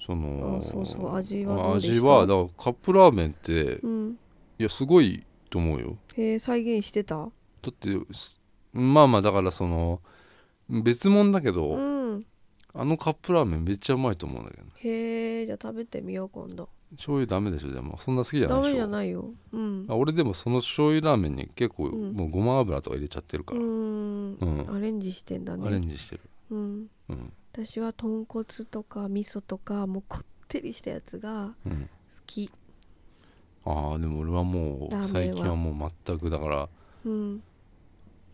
Speaker 1: その
Speaker 2: あそうそう味はどうでした
Speaker 1: 味はだからカップラーメンって
Speaker 2: うん
Speaker 1: いやすごいと思うよ
Speaker 2: へえ再現してた
Speaker 1: だってすまあまあだからその別物だけど、
Speaker 2: うん
Speaker 1: あのカップラーメンめっちゃうまいと思うんだけどね
Speaker 2: へえじゃあ食べてみよう今度
Speaker 1: 醤油ダメでしょでもそんな好きじゃな
Speaker 2: ダ
Speaker 1: いで
Speaker 2: メ
Speaker 1: し
Speaker 2: じ
Speaker 1: ょ
Speaker 2: ゃないようん
Speaker 1: あ俺でもその醤油ラーメンに結構
Speaker 2: ん
Speaker 1: もうごま油とか入れちゃってるか
Speaker 2: う
Speaker 1: ら、
Speaker 2: ん
Speaker 1: うん
Speaker 2: アレンジしてんだ
Speaker 1: アレ
Speaker 2: ね
Speaker 1: ンジしてる、
Speaker 2: うん
Speaker 1: うん
Speaker 2: 私は豚骨とか味噌とかもうこってりしたやつが
Speaker 1: うん、
Speaker 2: 好き
Speaker 1: ああでも俺はも
Speaker 2: ラーメン
Speaker 1: う
Speaker 2: は
Speaker 1: 最近はもう全くだから
Speaker 2: うん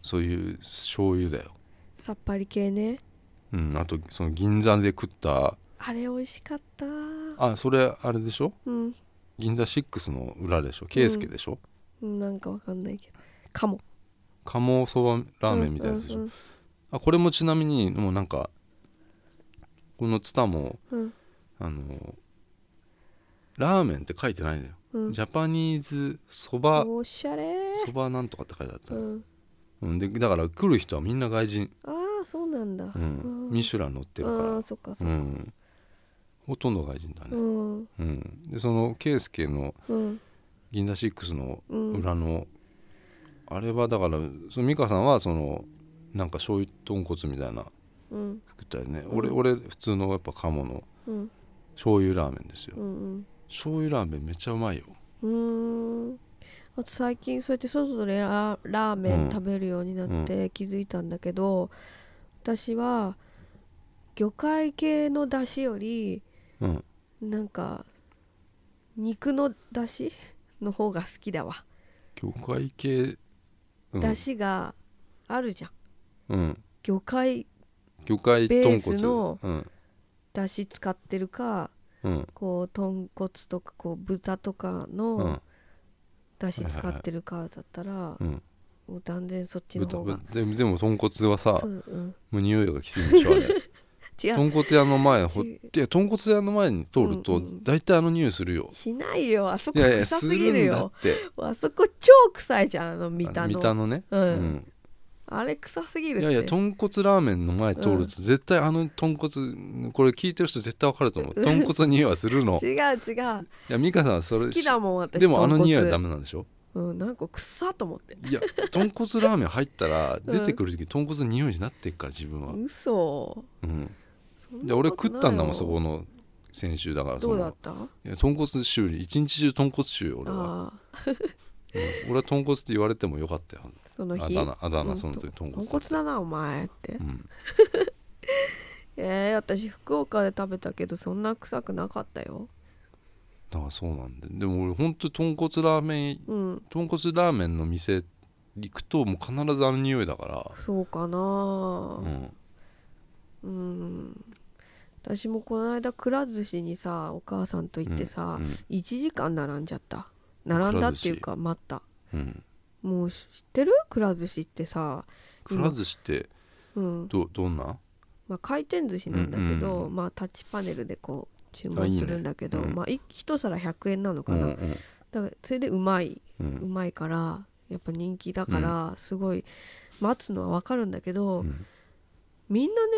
Speaker 1: そういう醤油だよ、
Speaker 2: さっぱり系ね
Speaker 1: うん、あとその銀座で食った
Speaker 2: あれ美味しかった
Speaker 1: あそれあれでしょ
Speaker 2: うん
Speaker 1: 銀座6の裏でしょ圭介でしょ、
Speaker 2: うんなんかわかんないけどかも
Speaker 1: 鴨そばラーメンみたいなやつでしょ、
Speaker 2: うんうんうん
Speaker 1: あこれもちなみにもうなんかこのツタも
Speaker 2: うん
Speaker 1: あのラーメンって書いてないのよ、
Speaker 2: うん
Speaker 1: ジャパニーズそば
Speaker 2: おしゃれ
Speaker 1: そばなんとかって書いてあった、
Speaker 2: う
Speaker 1: うん
Speaker 2: ん
Speaker 1: でだから来る人はみんな外人、
Speaker 2: ああそうなんだ
Speaker 1: う
Speaker 2: う
Speaker 1: ん、
Speaker 2: ん
Speaker 1: ミシュラン乗ってるから
Speaker 2: ああそっかそっ
Speaker 1: う
Speaker 2: か
Speaker 1: ん、ほとんど外人だ
Speaker 2: う
Speaker 1: ね、
Speaker 2: ん
Speaker 1: うんでそのケイスケの
Speaker 2: うん
Speaker 1: 銀座シックスの
Speaker 2: うん
Speaker 1: 裏の、あれはだからその美香さんはそのなんか醤油豚骨みたいな
Speaker 2: うん
Speaker 1: 作ったりね、俺俺普通のやっぱ鴨の
Speaker 2: うん
Speaker 1: 醤油ラーメンですよ、
Speaker 2: うん
Speaker 1: 醤油ラーメンめっちゃうまいよ
Speaker 2: うんうーんあと最近そうやって外でララーメン食べるようになって気づいたんだけど私は魚介系の出汁より
Speaker 1: うん
Speaker 2: なんか肉の出汁の方が好きだわ
Speaker 1: 魚介系うん
Speaker 2: 出汁があるじゃん
Speaker 1: うん
Speaker 2: 魚介
Speaker 1: 魚介
Speaker 2: ベ
Speaker 1: 豚
Speaker 2: ース
Speaker 1: 骨
Speaker 2: の
Speaker 1: うん
Speaker 2: 出汁使ってるか
Speaker 1: うん
Speaker 2: こう豚骨とかこう豚とか
Speaker 1: う
Speaker 2: の
Speaker 1: ん
Speaker 2: 出汁使ってるかだったらも
Speaker 1: うん
Speaker 2: う断然そっちの
Speaker 1: 豚
Speaker 2: 方が
Speaker 1: ででも豚骨はさ
Speaker 2: そう、うん、
Speaker 1: もう匂いがきついんでしょあれ
Speaker 2: 違う
Speaker 1: 豚骨屋の前ほっ
Speaker 2: ち
Speaker 1: て豚骨屋の前に通る
Speaker 2: う
Speaker 1: と
Speaker 2: んうん
Speaker 1: 大体あの匂いするよ、
Speaker 2: しないよあそこ
Speaker 1: いやいや
Speaker 2: 臭
Speaker 1: す
Speaker 2: す
Speaker 1: る
Speaker 2: ぎる
Speaker 1: んだっ
Speaker 2: よ
Speaker 1: て
Speaker 2: あそこ超臭いじゃんあの見た
Speaker 1: あ
Speaker 2: の
Speaker 1: たのね、
Speaker 2: う
Speaker 1: うんん
Speaker 2: あれ臭すぎる
Speaker 1: い
Speaker 2: って
Speaker 1: やいや豚骨ラーメンの前通ると絶対あの豚骨これ聞いてる人絶対わかる
Speaker 2: <laughs>
Speaker 1: と思う
Speaker 2: うん
Speaker 1: 豚骨の匂いはするの
Speaker 2: 違う違う
Speaker 1: いや美香さんはそれ
Speaker 2: 好きだもん私
Speaker 1: でもあの匂いはダ
Speaker 2: メ、
Speaker 1: メなんでしょ
Speaker 2: うん、なんか臭っと思って
Speaker 1: いや豚骨ラーメン入ったら
Speaker 2: うん
Speaker 1: 出てくる時豚骨の匂いになってっから自分は、
Speaker 2: 嘘
Speaker 1: うん、
Speaker 2: そんなことない
Speaker 1: で
Speaker 2: よ
Speaker 1: 俺食ったんだもんそこの先週だからそ
Speaker 2: どうだ
Speaker 1: の
Speaker 2: ったあ
Speaker 1: いや豚骨臭に一日中豚骨臭よ俺は、
Speaker 2: あ
Speaker 1: うん俺は豚骨って言われてもよかったよ
Speaker 2: ーその
Speaker 1: あ
Speaker 2: 日
Speaker 1: だ名あだ
Speaker 2: う
Speaker 1: 名
Speaker 2: ん
Speaker 1: その時豚
Speaker 2: 豚
Speaker 1: 骨だっ
Speaker 2: 骨
Speaker 1: た
Speaker 2: だなお前って、
Speaker 1: うん
Speaker 2: えー、私福岡で食べたけどそんな臭くなかったよ
Speaker 1: だからそうなんででも俺ほんと豚骨ラーメン
Speaker 2: うん
Speaker 1: 豚骨ラーメンの店行くともう必ずあの匂いだか
Speaker 2: そうか
Speaker 1: ら、
Speaker 2: な
Speaker 1: うん、
Speaker 2: うん、私もこの間くら寿司にさお母さんと行ってさ、
Speaker 1: うん
Speaker 2: 1時間並んじゃった並んだっていうか待った
Speaker 1: うん、
Speaker 2: もう知ってるくら寿司ってさ、
Speaker 1: くら寿司って
Speaker 2: うん
Speaker 1: どどんな
Speaker 2: まあ、回転寿司なんだけ
Speaker 1: うん
Speaker 2: ど、
Speaker 1: うんう
Speaker 2: まあタッチパネルでこう注
Speaker 1: あ
Speaker 2: 文
Speaker 1: いいね
Speaker 2: するんだけど
Speaker 1: うん
Speaker 2: まあい一皿100円なの
Speaker 1: う
Speaker 2: か
Speaker 1: ん
Speaker 2: な、
Speaker 1: うん
Speaker 2: だからそれでうまいううんまいからやっぱ人気だからすごい待つのはわかるんだけど、
Speaker 1: うん
Speaker 2: みんなね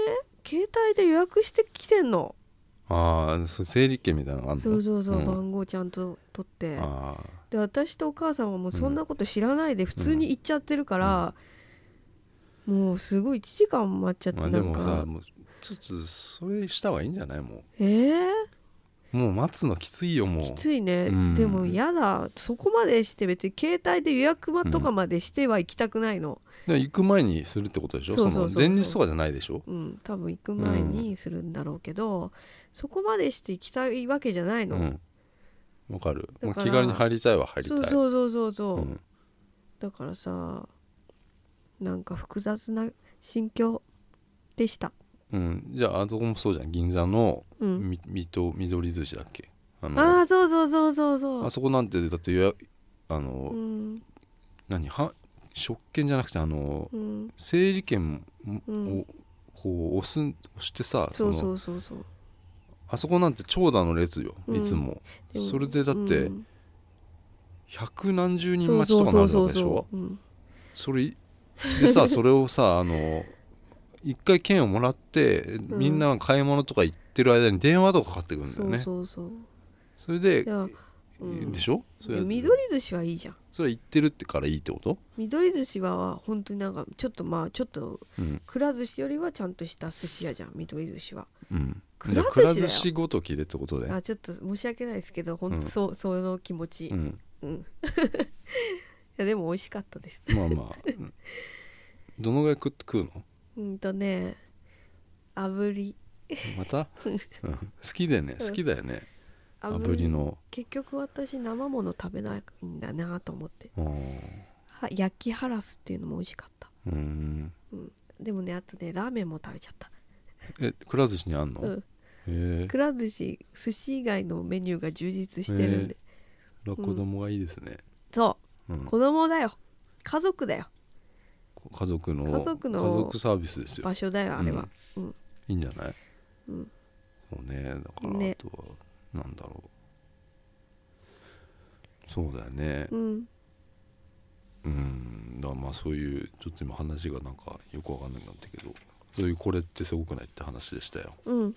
Speaker 2: 携帯で予約してきてんの
Speaker 1: ああそう整理券みたいなのがあるの
Speaker 2: そうそうそう、
Speaker 1: ん
Speaker 2: 番号ちゃんと取って
Speaker 1: ああ
Speaker 2: で私とお母さんはもうそんなこと知らないで普通に行っちゃってるから、もうすごい1時間待っちゃって
Speaker 1: ま
Speaker 2: な
Speaker 1: あ
Speaker 2: ん
Speaker 1: で
Speaker 2: か、
Speaker 1: もさもうちょっとそれした方がいいんじゃないも
Speaker 2: えー、
Speaker 1: うもう待つのきついよもう
Speaker 2: きついね、
Speaker 1: うん
Speaker 2: でもやだそこまでして別に携帯で予約まとかまでしては行きたくないの
Speaker 1: で行く前にするってことでしょ
Speaker 2: そうそうそうそう
Speaker 1: の前日とかじゃないでしょ
Speaker 2: うん多分行く前にするんだろうけど、そこまでして行きたいわけじゃないの、
Speaker 1: うんわかる
Speaker 2: だから
Speaker 1: もう気軽に入りたいは入りたい
Speaker 2: そうそうそうそうそう、
Speaker 1: うん
Speaker 2: だからさなんか複雑な心境でした
Speaker 1: うん、じゃああそこもそうじゃん銀座の
Speaker 2: うん
Speaker 1: み水戸緑寿司だっけあの
Speaker 2: ああそうそうそうそうそう
Speaker 1: あそこなんてだって予約あの、
Speaker 2: うん
Speaker 1: 何は食券じゃなくてあの
Speaker 2: うん
Speaker 1: 整理券を、
Speaker 2: うん
Speaker 1: こう押す押してさ
Speaker 2: そう
Speaker 1: そ
Speaker 2: そ
Speaker 1: の
Speaker 2: うそうそう
Speaker 1: あそこなんて長蛇の列よ、
Speaker 2: うん
Speaker 1: いつも
Speaker 2: でも
Speaker 1: それでだって
Speaker 2: うん
Speaker 1: 百何十人
Speaker 2: そう
Speaker 1: 待ちと
Speaker 2: そう
Speaker 1: かなる
Speaker 2: そうそ
Speaker 1: わ
Speaker 2: う
Speaker 1: けでしょ
Speaker 2: そううん
Speaker 1: それで
Speaker 2: <laughs>
Speaker 1: さそれをさあの一回券をもらって
Speaker 2: ん
Speaker 1: みんなが買い物とか行ってる間に電話とかかかってくるんだ
Speaker 2: そ
Speaker 1: よね
Speaker 2: うそうそう
Speaker 1: それで
Speaker 2: いやうん
Speaker 1: でしょそれ
Speaker 2: で緑寿司はいいじゃん
Speaker 1: それ行ってるってからいいってこと
Speaker 2: 緑寿司は本当になんかちょっとまあちょっと
Speaker 1: うん、
Speaker 2: くら寿司よりはちゃんとした寿司屋じゃん緑寿司は
Speaker 1: うん、
Speaker 2: くら寿司
Speaker 1: じゃ
Speaker 2: だ
Speaker 1: あ
Speaker 2: よ
Speaker 1: くら寿司ごときでってことで、
Speaker 2: あちょっと申し訳ないですけど
Speaker 1: う
Speaker 2: 本
Speaker 1: ん
Speaker 2: 当そう、その気持ち、
Speaker 1: う
Speaker 2: い
Speaker 1: ん、
Speaker 2: やでも美味しかったです
Speaker 1: まあまあうんどのぐらい食って食うの
Speaker 2: うんとね炙り
Speaker 1: ま
Speaker 2: <laughs>
Speaker 1: た、うん、好きだよね
Speaker 2: うん
Speaker 1: 好きだよね、炙りの
Speaker 2: 結局私生もの食べないんだなと思って
Speaker 1: あー
Speaker 2: は焼きハラスっていうのも美味しかった
Speaker 1: うん
Speaker 2: でもねあとねラーメンも食べちゃった
Speaker 1: えくら寿司にあんの、
Speaker 2: う
Speaker 1: へ
Speaker 2: ん
Speaker 1: え
Speaker 2: くら寿司寿司以外のメニューが充実してるんで、
Speaker 1: ラ子供がいいですね、
Speaker 2: そ
Speaker 1: うん
Speaker 2: う子供だよ家族だよ
Speaker 1: 家族の
Speaker 2: 家族の
Speaker 1: 家族サービスですよ
Speaker 2: 場所だよあれは、
Speaker 1: いいんじゃない、
Speaker 2: うん
Speaker 1: そうねだから
Speaker 2: ね
Speaker 1: あとは、なんだろうそうだよね
Speaker 2: うん
Speaker 1: うんだからまあそういうちょっと今話がなんかよくわかんなくなったけどそういうこれってすごくないって話でしたよ
Speaker 2: うん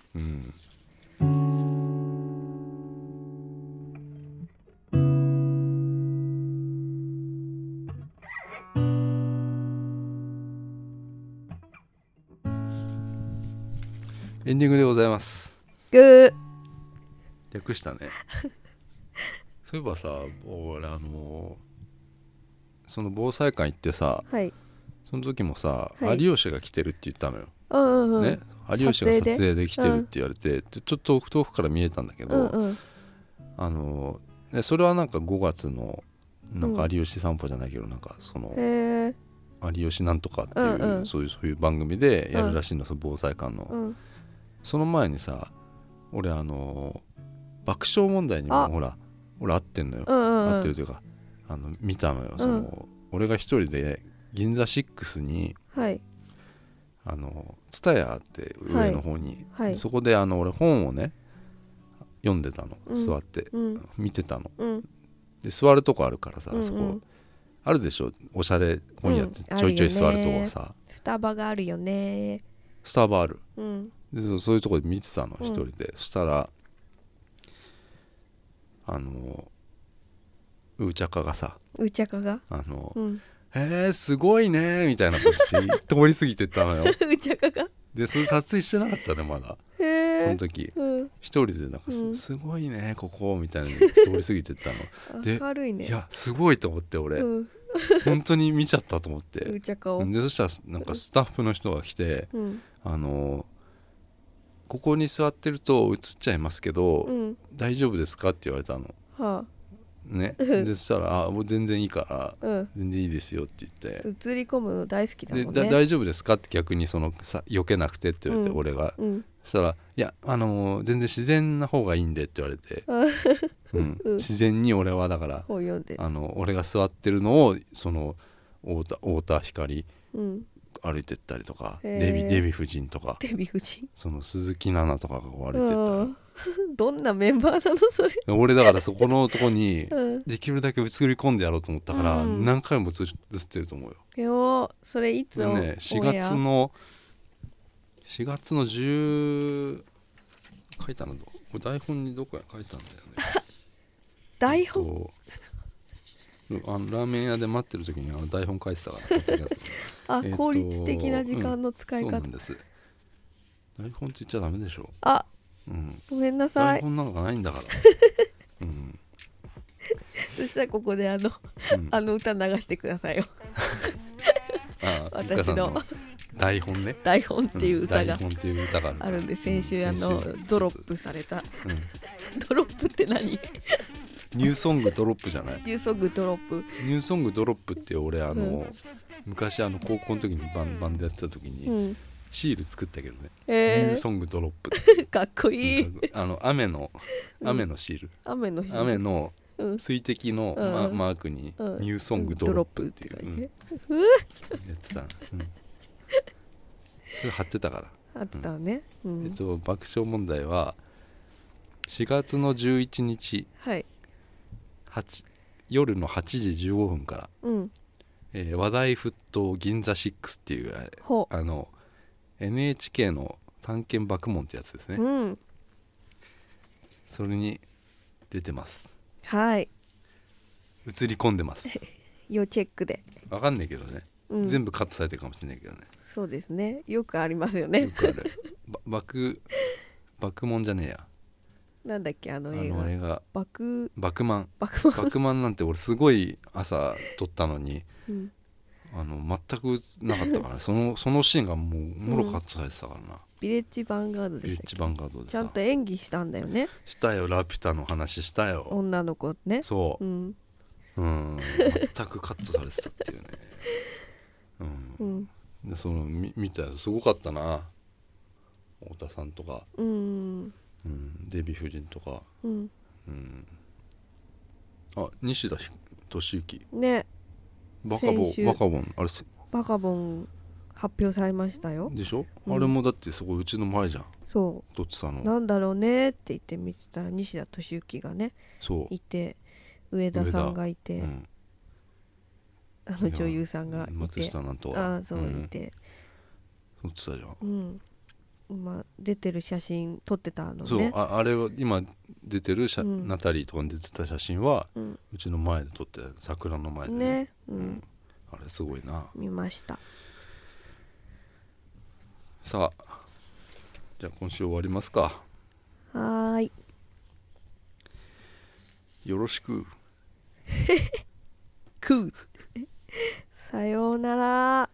Speaker 1: うんエンディングでございます
Speaker 2: ぐー
Speaker 1: 略したねそういえばさ俺あのその防災館行ってさ
Speaker 2: はい
Speaker 1: その時もさ、
Speaker 2: はい
Speaker 1: 有吉が来てるって言ったのよ、
Speaker 2: うんうんうん、
Speaker 1: ね有吉が撮
Speaker 2: 撮影
Speaker 1: 影で
Speaker 2: で
Speaker 1: 来てるって言われて、でちょっと遠くから見えたんだけ
Speaker 2: う
Speaker 1: ど、
Speaker 2: んうん
Speaker 1: あのねそれはなんか5月のなん
Speaker 2: う
Speaker 1: か
Speaker 2: ん
Speaker 1: 有吉散歩じゃないけど、なんかその
Speaker 2: へえ
Speaker 1: 有吉なんとかっていう,、
Speaker 2: うんうん
Speaker 1: そういうそういう番組でやるらしいの、その防災館の、
Speaker 2: うん
Speaker 1: その前にさ俺あの爆笑問題にも
Speaker 2: あ
Speaker 1: ほら俺会ってんのよ、
Speaker 2: うんうん
Speaker 1: 合
Speaker 2: う
Speaker 1: ってる
Speaker 2: ん
Speaker 1: というかあの見たのよその、俺が一人で銀座6に
Speaker 2: はい
Speaker 1: あの蔦屋って上の方に、
Speaker 2: はいはい
Speaker 1: そこであの俺本をね読んでたの
Speaker 2: うん
Speaker 1: 座って、
Speaker 2: うん
Speaker 1: 見てたの
Speaker 2: うん
Speaker 1: で座るとこあるからさ、
Speaker 2: うんうん
Speaker 1: そこあるでしょおしゃれ本屋って
Speaker 2: うん
Speaker 1: ちょいちょい
Speaker 2: ある
Speaker 1: 座
Speaker 2: よね
Speaker 1: るとこがさ、
Speaker 2: スタバがあるよね
Speaker 1: スタバある
Speaker 2: うん
Speaker 1: でそうそういうとこで見てたの
Speaker 2: うん
Speaker 1: 一人で、そしたらあのうーちゃかがさ
Speaker 2: うちゃかが
Speaker 1: あの、
Speaker 2: うん <laughs>
Speaker 1: へえすごいねみたいなことし通り過ぎてったのよ
Speaker 2: うちゃかが
Speaker 1: でそれ撮影してなかったねまだ
Speaker 2: へえ
Speaker 1: その時
Speaker 2: うん
Speaker 1: 一人でなんかす,、
Speaker 2: うん
Speaker 1: ごいねここみたいなの通り過ぎてったので
Speaker 2: 明るい <laughs> ね
Speaker 1: いやすごいと思って俺、
Speaker 2: うん
Speaker 1: 本当に見ちゃったと思って
Speaker 2: う
Speaker 1: で
Speaker 2: ちゃかを
Speaker 1: そしたらなんかスタッフの人が来て
Speaker 2: うん
Speaker 1: あのここに座ってると映っちゃいますけど、
Speaker 2: うん
Speaker 1: 大丈夫ですかって言われたの
Speaker 2: は
Speaker 1: ね
Speaker 2: うん
Speaker 1: でそしたら「あもう全然いいから
Speaker 2: あうん
Speaker 1: 全然いいですよ」って言って、
Speaker 2: 映り込むの大好きだ
Speaker 1: で
Speaker 2: もん
Speaker 1: だ
Speaker 2: ね
Speaker 1: 大丈夫ですかって逆にそのさ避けなくてって言われて、
Speaker 2: うん
Speaker 1: 俺が
Speaker 2: うん
Speaker 1: そしたら「いやあのー全然自然な方がいいんで」って言われて、
Speaker 2: あ
Speaker 1: うん
Speaker 2: <laughs> うん
Speaker 1: 自然に俺はだから
Speaker 2: 本読んで
Speaker 1: あの俺が座ってるのをその太田太田光
Speaker 2: うん
Speaker 1: 歩いてったりとか
Speaker 2: へー
Speaker 1: デヴィデヴィ夫人とか
Speaker 2: デヴィ夫人
Speaker 1: その鈴木奈々とかがこう歩いてったの
Speaker 2: うん <laughs> どんなメンバーなのそれ
Speaker 1: で俺だからそこのとこに
Speaker 2: <laughs> うん
Speaker 1: できるだけ映り込んでやろうと思ったから、
Speaker 2: うん
Speaker 1: 何回も映映ってると思うよ。
Speaker 2: えおそれいつ
Speaker 1: で
Speaker 2: を
Speaker 1: ね4
Speaker 2: オンエア
Speaker 1: 月の4月の10書いたのどこれ台本にどこや書いたんだよね
Speaker 2: 台本
Speaker 1: えっとあのラーメン屋で待ってる時にあの台本書いてたから取ってき
Speaker 2: <laughs>
Speaker 1: たやつ
Speaker 2: あ
Speaker 1: えっと
Speaker 2: 効率的な時間の使い
Speaker 1: そうな
Speaker 2: 方
Speaker 1: んです台本って言っちゃダメでしょ、
Speaker 2: あ
Speaker 1: うん、
Speaker 2: ごめんなさ
Speaker 1: 台
Speaker 2: い
Speaker 1: 本なんかないんだ
Speaker 2: <laughs>
Speaker 1: から、うん
Speaker 2: そしたらここであの
Speaker 1: うん、
Speaker 2: <laughs> あの歌流してくださいよ
Speaker 1: あ
Speaker 2: 私の
Speaker 1: ゆかさん台本ね
Speaker 2: 台本っていう歌が
Speaker 1: ん台本っていう歌があるか
Speaker 2: あ
Speaker 1: ら
Speaker 2: るんで先週
Speaker 1: う
Speaker 2: あ
Speaker 1: ん
Speaker 2: の
Speaker 1: 先週
Speaker 2: ドロップされた
Speaker 1: う
Speaker 2: <laughs> ドロップって何ニ
Speaker 1: んニューソングドロップじゃない
Speaker 2: ューソングドロップ
Speaker 1: ニューソングドロップって俺あの、
Speaker 2: うん
Speaker 1: 昔あの高校の時にバンバンでやってた時に、
Speaker 2: うん
Speaker 1: シール作ったけどね、ニュ
Speaker 2: え
Speaker 1: ーソングドロップって
Speaker 2: ー、かっこい
Speaker 1: なん
Speaker 2: い
Speaker 1: かあの雨の
Speaker 2: うん
Speaker 1: 雨のシール、
Speaker 2: 雨の日
Speaker 1: 雨の
Speaker 2: うん
Speaker 1: 水滴の
Speaker 2: うん
Speaker 1: マ,、マークに
Speaker 2: うん
Speaker 1: ニューソングドロップっていう、
Speaker 2: ドロ
Speaker 1: う
Speaker 2: ッ
Speaker 1: ん
Speaker 2: プ
Speaker 1: や
Speaker 2: って
Speaker 1: ってたの、うんそれ貼ってたから、
Speaker 2: 書いてあってたわねうん
Speaker 1: えっと、爆笑問題は4月の11日
Speaker 2: はい
Speaker 1: 8夜の8時15分から、
Speaker 2: うん
Speaker 1: えー話題沸騰銀座6っていうあれ
Speaker 2: ほ
Speaker 1: あの NHK の「探検爆問」ってやつです
Speaker 2: う
Speaker 1: ね、
Speaker 2: うん
Speaker 1: それに出てます
Speaker 2: はい
Speaker 1: 映り込んでます
Speaker 2: <laughs> 要チェックで
Speaker 1: わかんないけどね、
Speaker 2: うん
Speaker 1: 全部カットされてるかもしれないけ
Speaker 2: <laughs>
Speaker 1: どね
Speaker 2: そうですねよくありますよ
Speaker 1: よ
Speaker 2: ね
Speaker 1: くあるば爆爆問じゃねえや
Speaker 2: なんだっけあ
Speaker 1: あ
Speaker 2: の映
Speaker 1: の
Speaker 2: 画
Speaker 1: 映画
Speaker 2: 爆
Speaker 1: 爆満
Speaker 2: 爆音
Speaker 1: 爆満なんて俺すごい朝撮ったのに
Speaker 2: うん
Speaker 1: あの全くなかったからねそのそのシーンがもうもろカットされてたからな、
Speaker 2: ビレッジヴァンガード
Speaker 1: ビ
Speaker 2: で
Speaker 1: レ
Speaker 2: した
Speaker 1: ッ
Speaker 2: っ
Speaker 1: ジ
Speaker 2: け
Speaker 1: ヴァンガードで
Speaker 2: ちゃ
Speaker 1: さ
Speaker 2: んと演技したんだよね
Speaker 1: したよラピュタの話したよ
Speaker 2: 女の子ね
Speaker 1: そう
Speaker 2: う、ん
Speaker 1: うん全くカットされてたっていうね、
Speaker 2: う
Speaker 1: うんん、でそのみ見たらすごかったな太田さんとか、
Speaker 2: うん
Speaker 1: うん、デヴィ夫人とか、
Speaker 2: うん
Speaker 1: うん、あ西田ひ敏行
Speaker 2: ね
Speaker 1: バカボ
Speaker 2: 先週
Speaker 1: ンバカボンあれせ
Speaker 2: バカボン発表されましたよ
Speaker 1: でしょ、
Speaker 2: うん
Speaker 1: あれもだってそこうちの前じゃん
Speaker 2: そ
Speaker 1: とってた
Speaker 2: う
Speaker 1: の
Speaker 2: なんだろうねって言って見てたら西田敏行がね
Speaker 1: そ、
Speaker 2: いて上田さんがいうて、
Speaker 1: うん、
Speaker 2: あの女優さんがい
Speaker 1: 松
Speaker 2: て
Speaker 1: 下なんとは
Speaker 2: ああそう、
Speaker 1: ん
Speaker 2: いて
Speaker 1: 撮ってたじゃん
Speaker 2: うん今出てる写真撮ってたの
Speaker 1: そう、
Speaker 2: ね
Speaker 1: ああれは今出てる写、
Speaker 2: うん
Speaker 1: ナタリーとかに出てた写真は
Speaker 2: うん
Speaker 1: うちの前で撮って桜の前でね
Speaker 2: ね、う
Speaker 1: うんん、あれすごいな
Speaker 2: 見ました
Speaker 1: さあじゃあ今週終わりますか
Speaker 2: はーい
Speaker 1: よろしく
Speaker 2: <laughs> クーさようなら